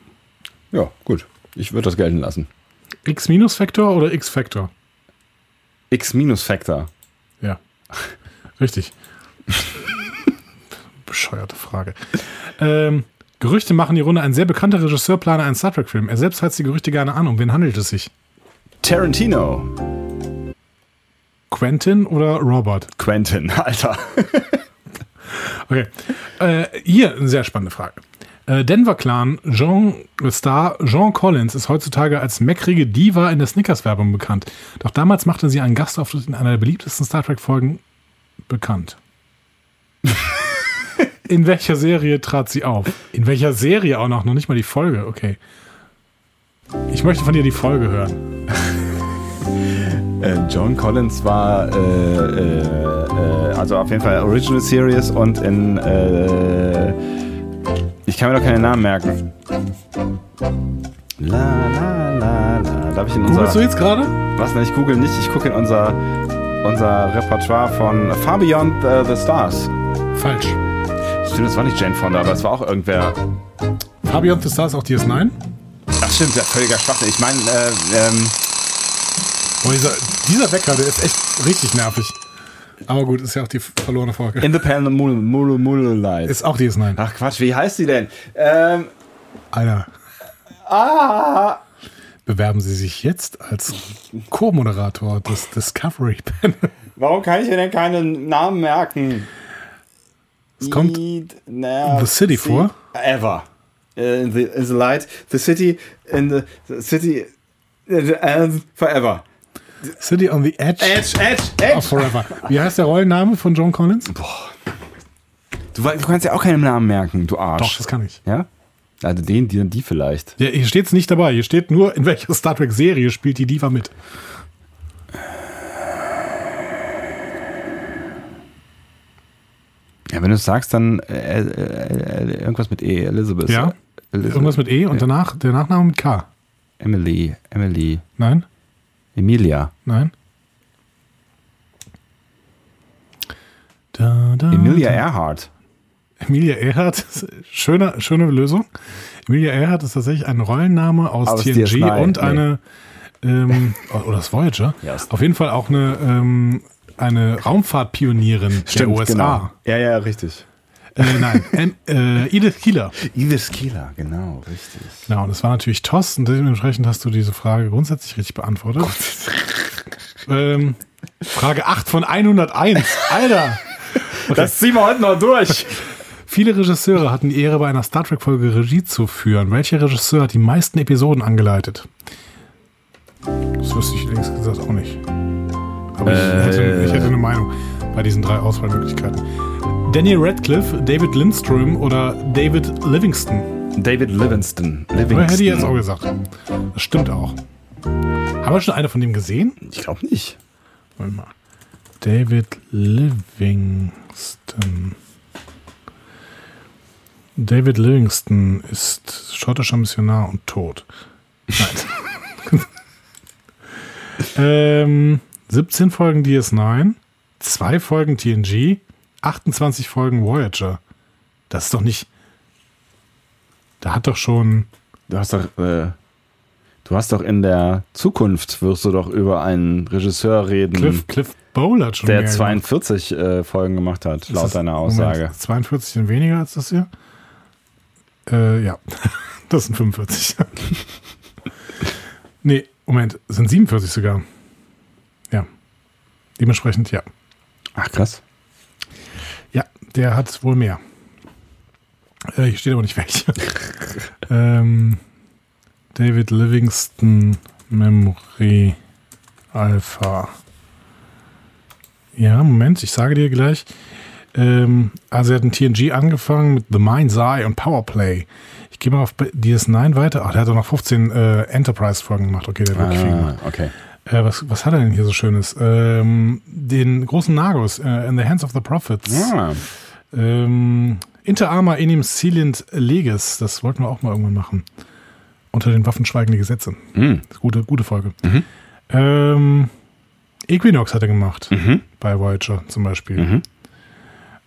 Ja, gut. Ich würde das gelten lassen. X-Factor oder X-Factor? X-Factor. Ja. Richtig. Bescheuerte Frage. Ähm, Gerüchte machen die Runde. Ein sehr bekannter Regisseur plane einen Star Trek-Film. Er selbst hat die Gerüchte gerne an. Um wen handelt es sich? Tarantino. Quentin oder Robert? Quentin, Alter. Okay. Äh, hier eine sehr spannende Frage. Äh, Denver Clan Jean Star Jean Collins ist heutzutage als meckrige Diva in der Snickers-Werbung bekannt. Doch damals machte sie einen Gastauftritt in einer der beliebtesten Star Trek-Folgen bekannt. in welcher Serie trat sie auf? In welcher Serie auch noch? Noch nicht mal die Folge, okay. Ich möchte von dir die Folge hören. Äh, John Collins war, äh, äh, äh, also auf jeden Fall Original Series und in, äh, ich kann mir doch keine Namen merken. La, la, la, la. Darf ich in Googlest du unser, jetzt gerade? was, ne, ich google nicht, ich gucke in unser, unser Repertoire von Far Beyond the, the Stars. Falsch. Stimmt, das war nicht Jane Fonda, aber es war auch irgendwer. Fabian the Stars auch DS9? Ach stimmt, ja, völliger Schwachsinn. Ich meine, äh, ähm, Boah, dieser, dieser Wecker, der ist echt richtig nervig. Aber gut, ist ja auch die verlorene Folge. In the Pan of Mulu Mulu Mulu Light. Ist auch dieses Nein. Ach Quatsch, wie heißt die denn? Ähm, ah, Alter. Bewerben Sie sich jetzt als Co-Moderator des Discovery Panel. warum kann ich mir denn keinen Namen merken? Es kommt The The City vor. Ever. Äh, In the, in the light, the city, in the, the city, in the, and forever. City on the Edge Edge, Edge, of Edge. Forever. Wie heißt der Rollenname von John Collins? Du, we- du kannst ja auch keinen Namen merken, du Doch, Arsch. das kann ich. Ja? Also den, die, die vielleicht. Ja, hier steht es nicht dabei. Hier steht nur, in welcher Star Trek-Serie spielt die Diva mit. Ja, wenn du es sagst, dann äh, äh, äh, irgendwas mit E, Elizabeth. Ja. Elizabeth. Irgendwas mit E und danach der Nachname mit K. Emily, Emily, Nein? Emilia. Nein? Da, da, Emilia Earhart. Emilia Earhart, schöne, schöne Lösung. Emilia Earhart ist tatsächlich ein Rollenname aus, Aus TNG DS9, und nee. eine, ähm, oder das Voyager, Ja, ist- auf jeden Fall auch eine, ähm, eine Raumfahrtpionierin der USA. Ja, ja, richtig. Äh, nein, ähm, äh, Edith Keeler. Edith Keeler, genau, richtig. Genau, und das war natürlich Toss und dementsprechend hast du diese Frage grundsätzlich richtig beantwortet. ähm, Frage 8 von 101. Alter! Das ziehen wir heute noch durch. Viele Regisseure hatten die Ehre, bei einer Star Trek-Folge Regie zu führen. Welcher Regisseur hat die meisten Episoden angeleitet? Das wüsste ich längst gesagt auch nicht. Aber ich, hätte, ich hätte eine Meinung bei diesen drei Auswahlmöglichkeiten. Daniel Radcliffe, David Lindstrom oder David Livingston. David Livingston. Oder hätte Livingston. ich jetzt auch gesagt. Das stimmt auch. Haben wir schon eine von dem gesehen? Ich glaube nicht. Warte mal. David Livingston. David Livingston ist schottischer Missionar und tot. Nein. ähm, 17 Folgen DS9, 2 Folgen TNG, 28 Folgen Voyager. Das ist doch nicht. Da hat doch schon. Du hast doch, äh, du hast doch in der Zukunft wirst du doch über einen Regisseur reden, Cliff, Cliff Bowl hat schon Mhm. der mehr 42 äh, Folgen gemacht hat, Ist laut das- deiner Moment, Aussage. 42 sind weniger als das hier? Äh, ja. Das sind 45. nee, Moment, sind 47 sogar. Ja. Dementsprechend, ja. Ach krass. Ja, der hat wohl mehr. Äh, hier steht aber nicht welche. ähm, David Livingston Memory Alpha. Ja, Moment, ich sage dir gleich. Ähm, also er hat ein TNG angefangen mit The Mind's Eye und Powerplay. Ich gehe mal auf B- DS9 weiter. Ach, der hat doch noch 15 äh, Enterprise-Folgen gemacht. Okay, der hat wirklich viel gemacht. Ah, okay. Äh, was, was hat er denn hier so Schönes? Ähm, den großen Nagus äh, in the Hands of the Prophets. Ah, Ähm, Inter Arma enim silent leges. Das wollten wir auch mal irgendwann machen. Unter den Waffen schweigende Gesetze. hm, Das ist gute, gute Folge. Mhm. Ähm, Equinox hat er gemacht. mhm, Bei Voyager zum Beispiel. mhm.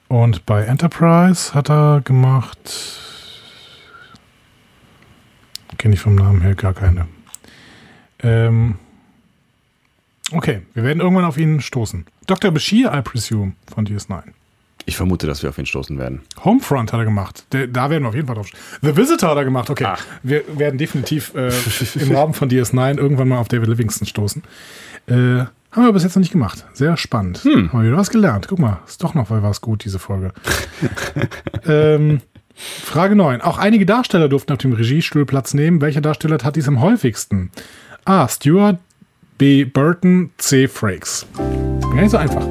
Und bei Enterprise hat er gemacht. Kenne ich vom Namen her gar keine. Ähm, okay, wir werden irgendwann auf ihn stoßen. Dr. Bashir, I presume, von DS9. Ich vermute, dass wir auf ihn stoßen werden. Homefront hat er gemacht. Der, da werden wir auf jeden Fall drauf. The Visitor hat er gemacht. Okay, Ach. wir werden definitiv äh, im Rahmen von DS9 irgendwann mal auf David Livingston stoßen. Äh, haben wir bis jetzt noch nicht gemacht. Sehr spannend. Hm. Haben wir wieder was gelernt. Guck mal, ist doch noch mal was gut, diese Folge. ähm, Frage 9. Auch einige Darsteller durften auf dem Regiestuhl Platz nehmen. Welcher Darsteller tat dies am häufigsten? A. Stewart, B. Burton, C. Frakes. Gar nicht so einfach.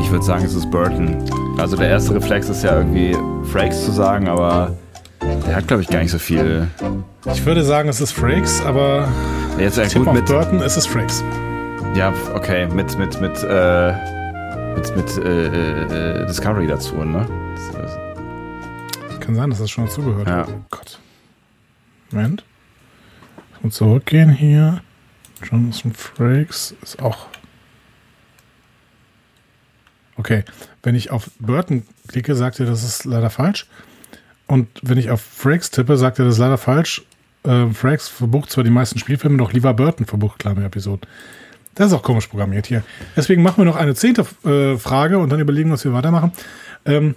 Ich würde sagen, es ist Burton. Also der erste Reflex ist ja irgendwie Frakes zu sagen, aber der hat, glaube ich, gar nicht so viel. Ich würde sagen, es ist Frakes, aber Jetzt ja Tipp gut auf mit. Burton, es ist Frakes. Ja, okay, mit mit mit äh, mit, mit äh, äh, äh, Discovery dazu, ne? Das- Kann sein, dass das schon dazugehört. Ja. Oh Gott. Moment. Und zurückgehen hier. Jonathan Frakes ist auch. Okay, wenn ich auf Burton klicke, sagt er, das ist leider falsch. Und wenn ich auf Frakes tippe, sagt er, das ist leider falsch. Ähm, Frakes verbucht zwar die meisten Spielfilme, doch lieber Burton verbucht kleine Episoden. Das ist auch komisch programmiert hier. Deswegen machen wir noch eine zehnte äh, Frage und dann überlegen, was wir weitermachen. Ähm,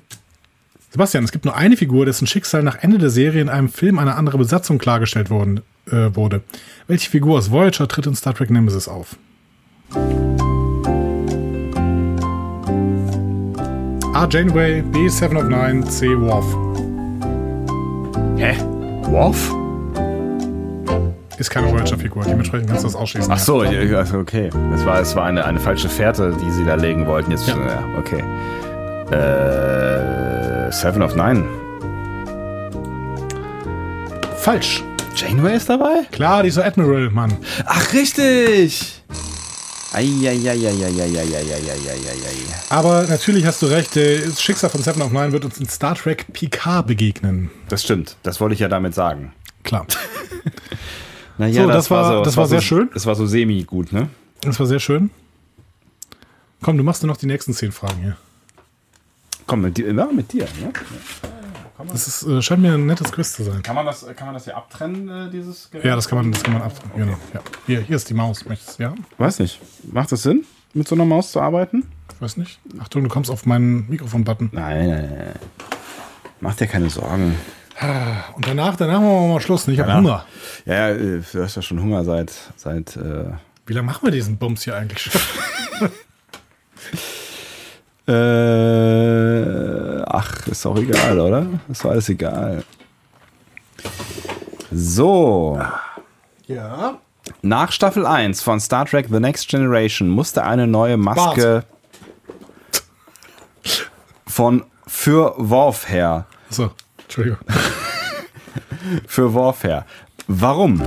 Sebastian, es gibt nur eine Figur, dessen Schicksal nach Ende der Serie in einem Film einer anderen Besatzung klargestellt worden, äh, wurde. Welche Figur aus Voyager tritt in Star Trek Nemesis auf? A. Janeway, B. Seven of Nine, C. Worf. Hä? Worf? Ist keine Voyager-Figur, dementsprechend kannst du das ausschließen. Ach so, ja, ja, okay. Es war, es war eine, eine falsche Fährte, die sie da legen wollten. Jetzt Ja. schon, ja, okay. Äh, Seven of Nine. Ja. Falsch. Janeway ist dabei? Klar, die ist so Admiral, Mann. Ach, richtig! Eieieiei. Aber natürlich hast du recht, äh, das Schicksal von Seven of Nine wird uns in Star Trek Picard begegnen. Das stimmt, das wollte ich ja damit sagen. Klar. Naja, So, das war- das war sehr so, schön. Das war so semi-gut, ne? Das war sehr schön. Komm, du machst nur noch die nächsten zehn Fragen hier. Komm, mit dir. Ja, mit dir ne? Das ist, äh, scheint mir ein nettes Quiz zu sein. kann, man das, kann man das hier abtrennen, äh, dieses Gerät? Ja, das kann man, das kann man ab. Genau, ja. hier, hier ist die Maus. Möchtest du, ja? Weiß nicht. Macht das Sinn, mit so einer Maus zu arbeiten? Ich weiß nicht. Achtung, du kommst auf meinen Mikrofon-Button. Nein, nein, nein. Mach dir keine Sorgen. Und danach, danach machen wir mal Schluss. ne? Ich habe Danach. Hunger. Ja, ja, äh, du hast ja schon Hunger seit. seit äh Wie lange machen wir diesen Bums hier eigentlich schon? äh, ach, ist auch egal, oder? Ist doch alles egal. So. ja. Nach Staffel 1 von Star Trek The Next Generation musste eine neue Maske von für Worf her. So, Entschuldigung. Für Worf her. Warum?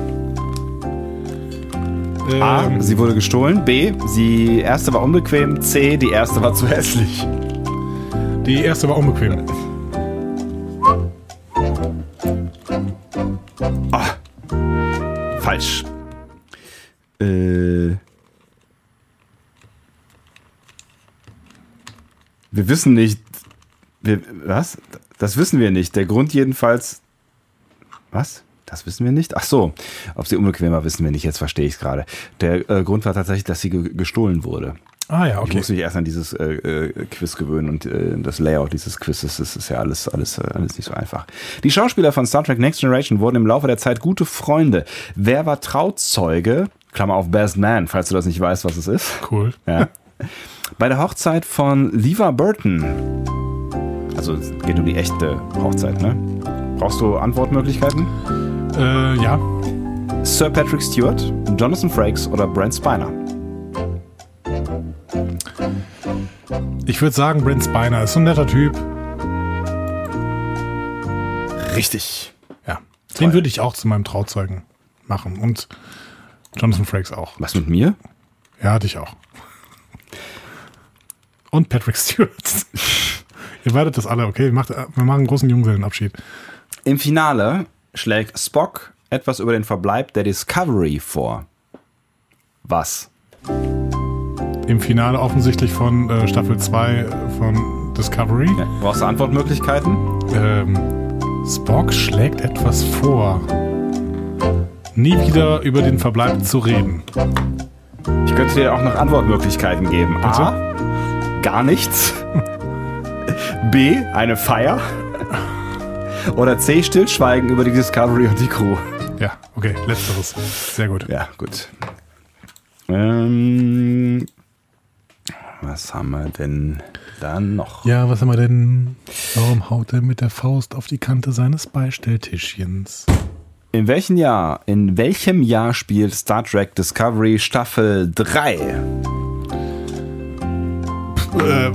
A, Ah, Ähm, sie wurde gestohlen. B, die erste war unbequem. C, die erste war zu hässlich. Die erste war unbequem. Falsch. Äh. Wir wissen nicht. Wir, was? Das wissen wir nicht. Der Grund jedenfalls. Was? Das wissen wir nicht? Ach so. Ob sie unbequem war, wissen wir nicht. Jetzt verstehe ich es gerade. Der äh, Grund war tatsächlich, dass sie ge gestohlen wurde. Ah ja, Ich okay. muss mich erst an dieses äh, äh, Quiz gewöhnen und äh, das Layout dieses Quizzes. Das ist ja alles, alles, äh, alles nicht so einfach. Die Schauspieler von Star Trek Next Generation wurden im Laufe der Zeit gute Freunde. Wer war Trauzeuge? Klammer auf Best Man, falls du das nicht weißt, was es ist. Cool. Ja. Bei der Hochzeit von Lever Burton. Also es geht um die echte Hochzeit, ne? Brauchst du Antwortmöglichkeiten? Äh, ja. Sir Patrick Stewart, Jonathan Frakes oder Brent Spiner? Ich würde sagen, Brent Spiner ist so ein netter Typ. Richtig. Ja. Den würde ich auch zu meinem Trauzeugen machen. Und Jonathan Frakes auch. Was mit mir? Ja, hatte ich auch. Und Patrick Stewart. Ihr werdet das alle, okay? Macht, äh, wir machen einen großen Junggesellenabschied. Im Finale schlägt Spock etwas über den Verbleib der Discovery vor. Was? Im Finale offensichtlich von äh, Staffel 2 von Discovery. Ja, brauchst du Antwortmöglichkeiten? Ähm, Spock schlägt etwas vor. Nie wieder über den Verbleib zu reden. Ich könnte dir auch noch Antwortmöglichkeiten geben. A. Gar nichts. B. Eine Feier. Oder C. Stillschweigen über die Discovery und die Crew. Ja, okay, letzteres. Sehr gut. Ja, gut. Ähm, was haben wir denn dann noch? Ja, was haben wir denn? Warum haut er mit der Faust auf die Kante seines Beistelltischchens? In welchem Jahr, in welchem Jahr spielt Star Trek Discovery Staffel 3? Äh,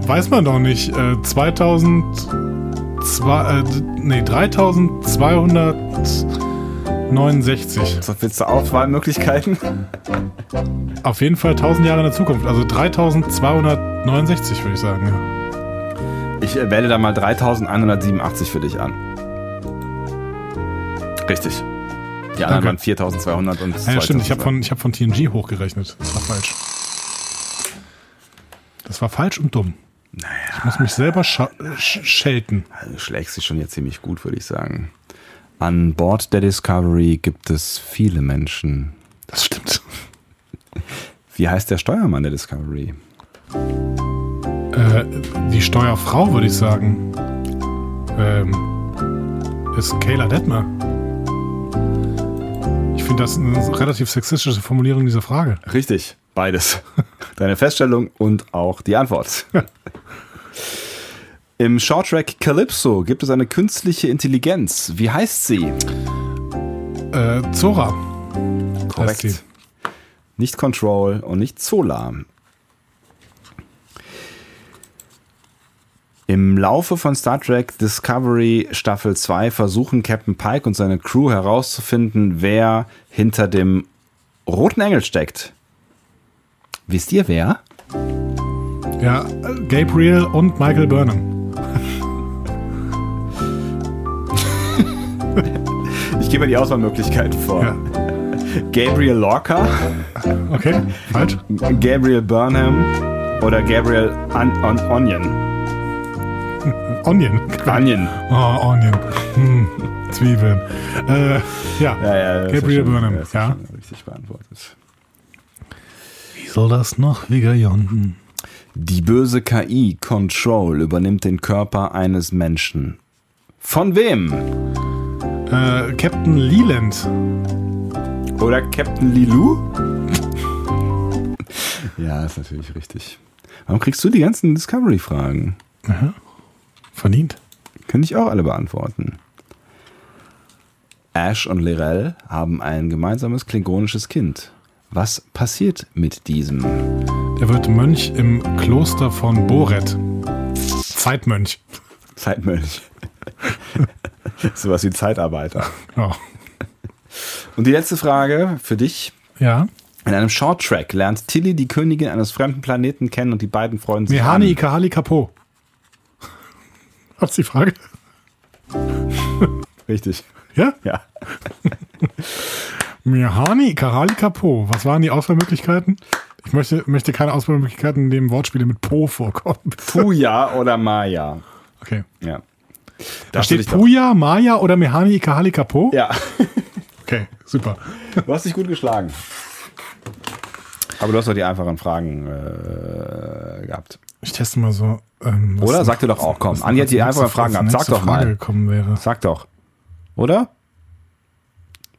weiß man doch nicht. Äh, 2002, äh, nee, 3269. So, willst du Auswahlmöglichkeiten? Auf jeden Fall 1000 Jahre in der Zukunft. Also 3269 würde ich sagen. ja. Ich äh, wähle da mal 3187 für dich an. Richtig. Die anderen Danke. waren 4200 und Ja, stimmt. Ich 2200. habe von, ich hab von TNG hochgerechnet. Das war falsch. Das war falsch und dumm. Naja. Ich muss mich selber scha- äh, sch schelten. Also schlägst dich schon jetzt ziemlich gut, würde ich sagen. An Bord der Discovery gibt es viele Menschen. Das stimmt. Wie heißt der Steuermann der Discovery? Äh, die Steuerfrau, würde ich sagen, ähm, ist Kayla Detmer. Ich finde das eine relativ sexistische Formulierung dieser Frage. Richtig, beides. Deine Feststellung und auch die Antwort. Im Shorttrack Calypso gibt es eine künstliche Intelligenz. Wie heißt sie? Äh, Zora. heißt sie. Nicht Control und nicht Zola. Im Laufe von Star Trek Discovery Staffel 2 versuchen Captain Pike und seine Crew herauszufinden, wer hinter dem roten Engel steckt. Wisst ihr wer? Ja, äh, Gabriel und Michael Burnham. Ich gebe die Auswahlmöglichkeiten vor. Ja, Gabriel Lorca, okay. Falsch. Gabriel Burnham oder Gabriel On On Onion. Onion. Onion. Oh, Onion. Hm. Zwiebeln. Äh, ja. Ja, ja, das Gabriel ist schon- Burnham. das ist Ja. schon Richtig beantwortet. Wie soll das noch, Vigayonten? Die böse KI Control übernimmt den Körper eines Menschen. Von wem? Äh, Captain Leland. Oder Captain Lilu? ja, ist natürlich richtig. Warum kriegst du die ganzen Discovery-Fragen? Verdient. Könnte ich auch alle beantworten. Ash und Lirel haben ein gemeinsames klingonisches Kind. Was passiert mit diesem? Er wird Mönch im Kloster von Boret. Zeitmönch. Zeitmönch. Sowas wie Zeitarbeiter. Ja. Und die letzte Frage für dich. ja. In einem Shorttrack lernt Tilly die Königin eines fremden Planeten kennen und die beiden freuen sich. Mehani an. Ikahali Kapo. Hat's die Frage? Richtig. Ja? Ja. Mihani Ikahali Kapo. Was waren die Auswahlmöglichkeiten? Ich möchte, möchte keine Auswahlmöglichkeiten, in denen Wortspiele mit Po vorkommen. Puya oder Maya. Okay. Ja. Da steht Puya, Maya oder Mehani Ikahali Kapo? Ja, Okay, super. du hast dich gut geschlagen. Aber du hast doch die einfachen Fragen äh, gehabt. Ich teste mal so. Ähm, was- Oder? Sag dir doch auch, komm. was- Andi hat die was- einfachen was- Fragen was gehabt. Sag nächste doch mal. Frage gekommen wäre. Sag doch. Oder?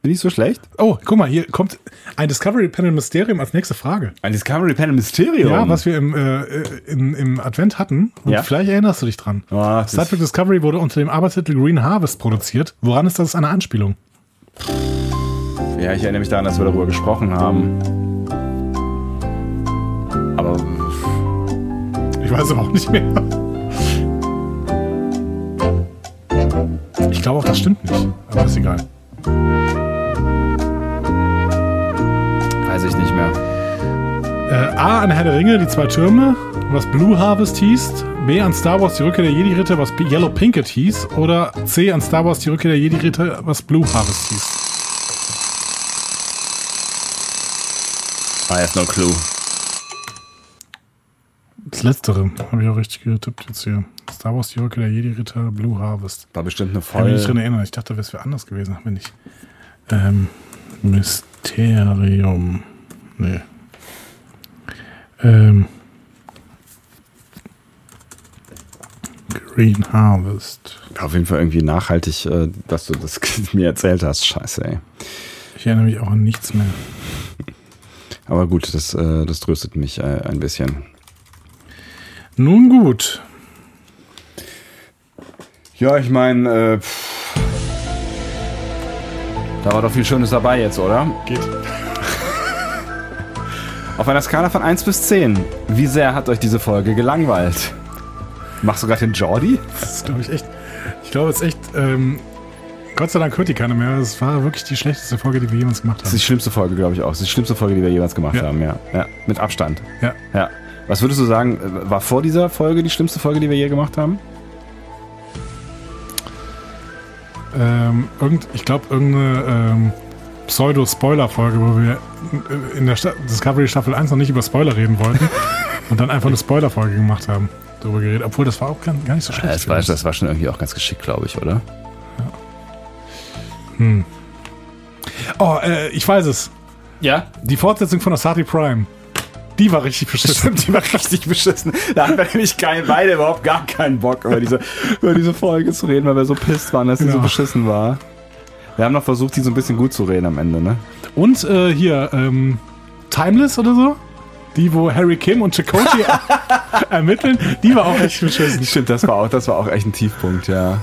Bin ich so schlecht? Oh, guck mal, hier kommt ein Discovery Panel Mysterium als nächste Frage. Ein Discovery Panel Mysterium. Ja, was wir im, äh, im, im Advent hatten. Und Ja. vielleicht erinnerst du dich dran. Ah, das Star Trek Discovery wurde unter dem Arbeitstitel Green Harvest produziert. Woran ist das eine Anspielung? Ja, ich erinnere mich daran, dass wir darüber gesprochen haben. Aber Ich weiß aber auch nicht mehr. Ich glaube auch, das stimmt nicht. Aber ist egal. weiß ich nicht mehr. Äh, A an Herr der Ringe, die zwei Türme, was Blue Harvest hieß. B an Star Wars, die Rückkehr der Jedi-Ritter, was P- Yellow Pinkett hieß. Oder C an Star Wars, die Rückkehr der Jedi-Ritter, was Blue Harvest hieß. I have no clue. Das Letztere habe ich auch richtig getippt jetzt hier. Star Wars, die Rückkehr der Jedi-Ritter, Blue Harvest. War bestimmt eine Kann mich nicht dran voll. erinnern. Ich dachte, das wäre anders gewesen, wenn nicht. Ähm, Mysterium. Nee. Ähm. Green Harvest. Auf jeden Fall irgendwie nachhaltig, äh, dass du das mir erzählt hast. Scheiße, ey. Ich erinnere mich auch an nichts mehr. Aber gut, das, äh, das tröstet mich äh, ein bisschen. Nun gut. Ja, ich meine, äh, pff. da war doch viel Schönes dabei jetzt, oder? Geht. Auf einer Skala von 1 bis 10, wie sehr hat euch diese Folge gelangweilt? Machst du gerade den Jordi? Das ist, glaube ich, echt. Ich glaube, es ist echt. Ähm, Gott sei Dank hört die keiner mehr. Das war wirklich die schlechteste Folge, die wir jemals gemacht Das ist haben. die schlimmste Folge, glaube ich auch. Das ist die schlimmste Folge, die wir jemals gemacht Ja. haben, ja. ja. Mit Abstand. Ja. Ja. Was würdest du sagen, äh, war vor dieser Folge die schlimmste Folge, die wir je gemacht haben? Ähm, irgend, ich glaube, irgendeine ähm, Pseudo-Spoiler-Folge, wo wir in der Sta Discovery Staffel 1 noch nicht über Spoiler reden wollten und dann einfach eine Spoiler-Folge gemacht haben. Darüber geredet. Obwohl, das war auch gar, gar nicht so schlecht. war schon irgendwie auch ganz geschickt, glaube ich, oder? oh, äh, ich weiß es. Ja. Die Fortsetzung von Asati Prime. Die war richtig beschissen. Stimmt, die war richtig beschissen. Da hatten wir nämlich kein, beide überhaupt gar keinen Bock, über diese, über diese Folge zu reden, weil wir so pisst waren, dass sie so Genau. beschissen war. Wir haben noch versucht, die so ein bisschen gut zu reden am Ende, ne? Und äh, hier, ähm, Timeless oder so? Die, wo Harry Kim und Chakotay ermitteln, die war auch echt beschissen. Stimmt, das war auch, das war auch echt ein Tiefpunkt, ja.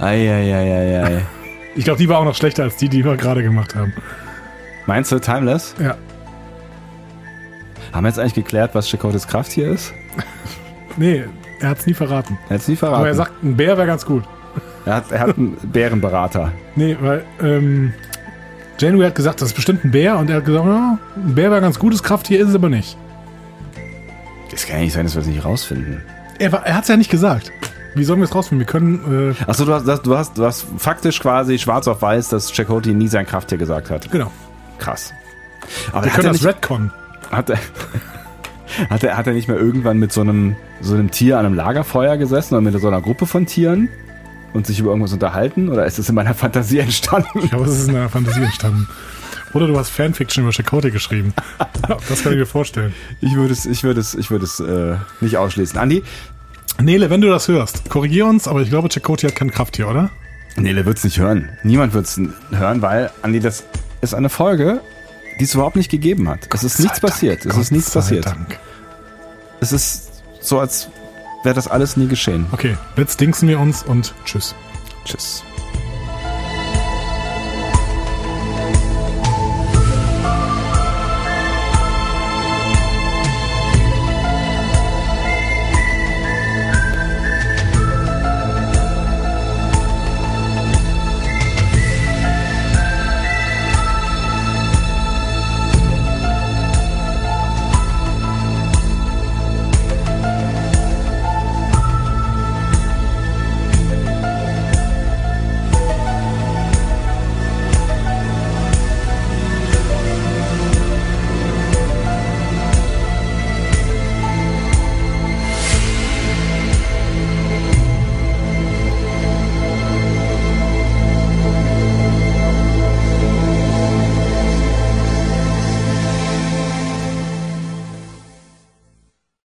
Eieieiei. Ich glaube, die war auch noch schlechter als die, die wir gerade gemacht haben. Meinst du Timeless? Ja. Haben wir jetzt eigentlich geklärt, was Chicotes Kraft hier ist? Nee, er hat's nie verraten. Hättest nie verraten. Aber er sagt, ein Bär wäre ganz gut. er, hat, er hat einen Bärenberater. Nee, weil ähm, Janeway hat gesagt, das ist bestimmt ein Bär. Und er hat gesagt, ja, ein Bär wäre ganz gutes Krafttier, ist es aber nicht. Das kann ja nicht sein, dass wir es nicht rausfinden. Er, war- er hat es ja nicht gesagt. Wie sollen wir es rausfinden? Wir können, äh, Achso, du hast, das- du, hast, du hast faktisch quasi schwarz auf weiß, dass Chicote nie sein Krafttier gesagt hat. genau, Krass. Aber hat, wir er können das nicht, Redcon. hat, er, hat, er, hat er nicht mehr irgendwann mit so einem, so einem Tier an einem Lagerfeuer gesessen oder mit so einer Gruppe von Tieren und sich über irgendwas unterhalten? Oder ist das in meiner Fantasie entstanden? Ich glaube, es ist in einer Fantasie entstanden. Oder du hast Fanfiction über Chakotay geschrieben. Das kann ich mir vorstellen. Ich würde es, ich würde es, ich würde es äh, nicht ausschließen. Andi, Nele, wenn du das hörst, korrigier uns, aber ich glaube, Chakotay hat kein Krafttier, oder? Nele wird's nicht hören. Niemand wird's n- hören, weil, Andi, das ist eine Folge, die es überhaupt nicht gegeben hat. es ist nichts Sei Dank. passiert. Es Gott ist nichts sei passiert. Dank. Es ist so, als wäre das alles nie geschehen. Okay, jetzt dingsen wir uns und tschüss. Oh, Tschüss.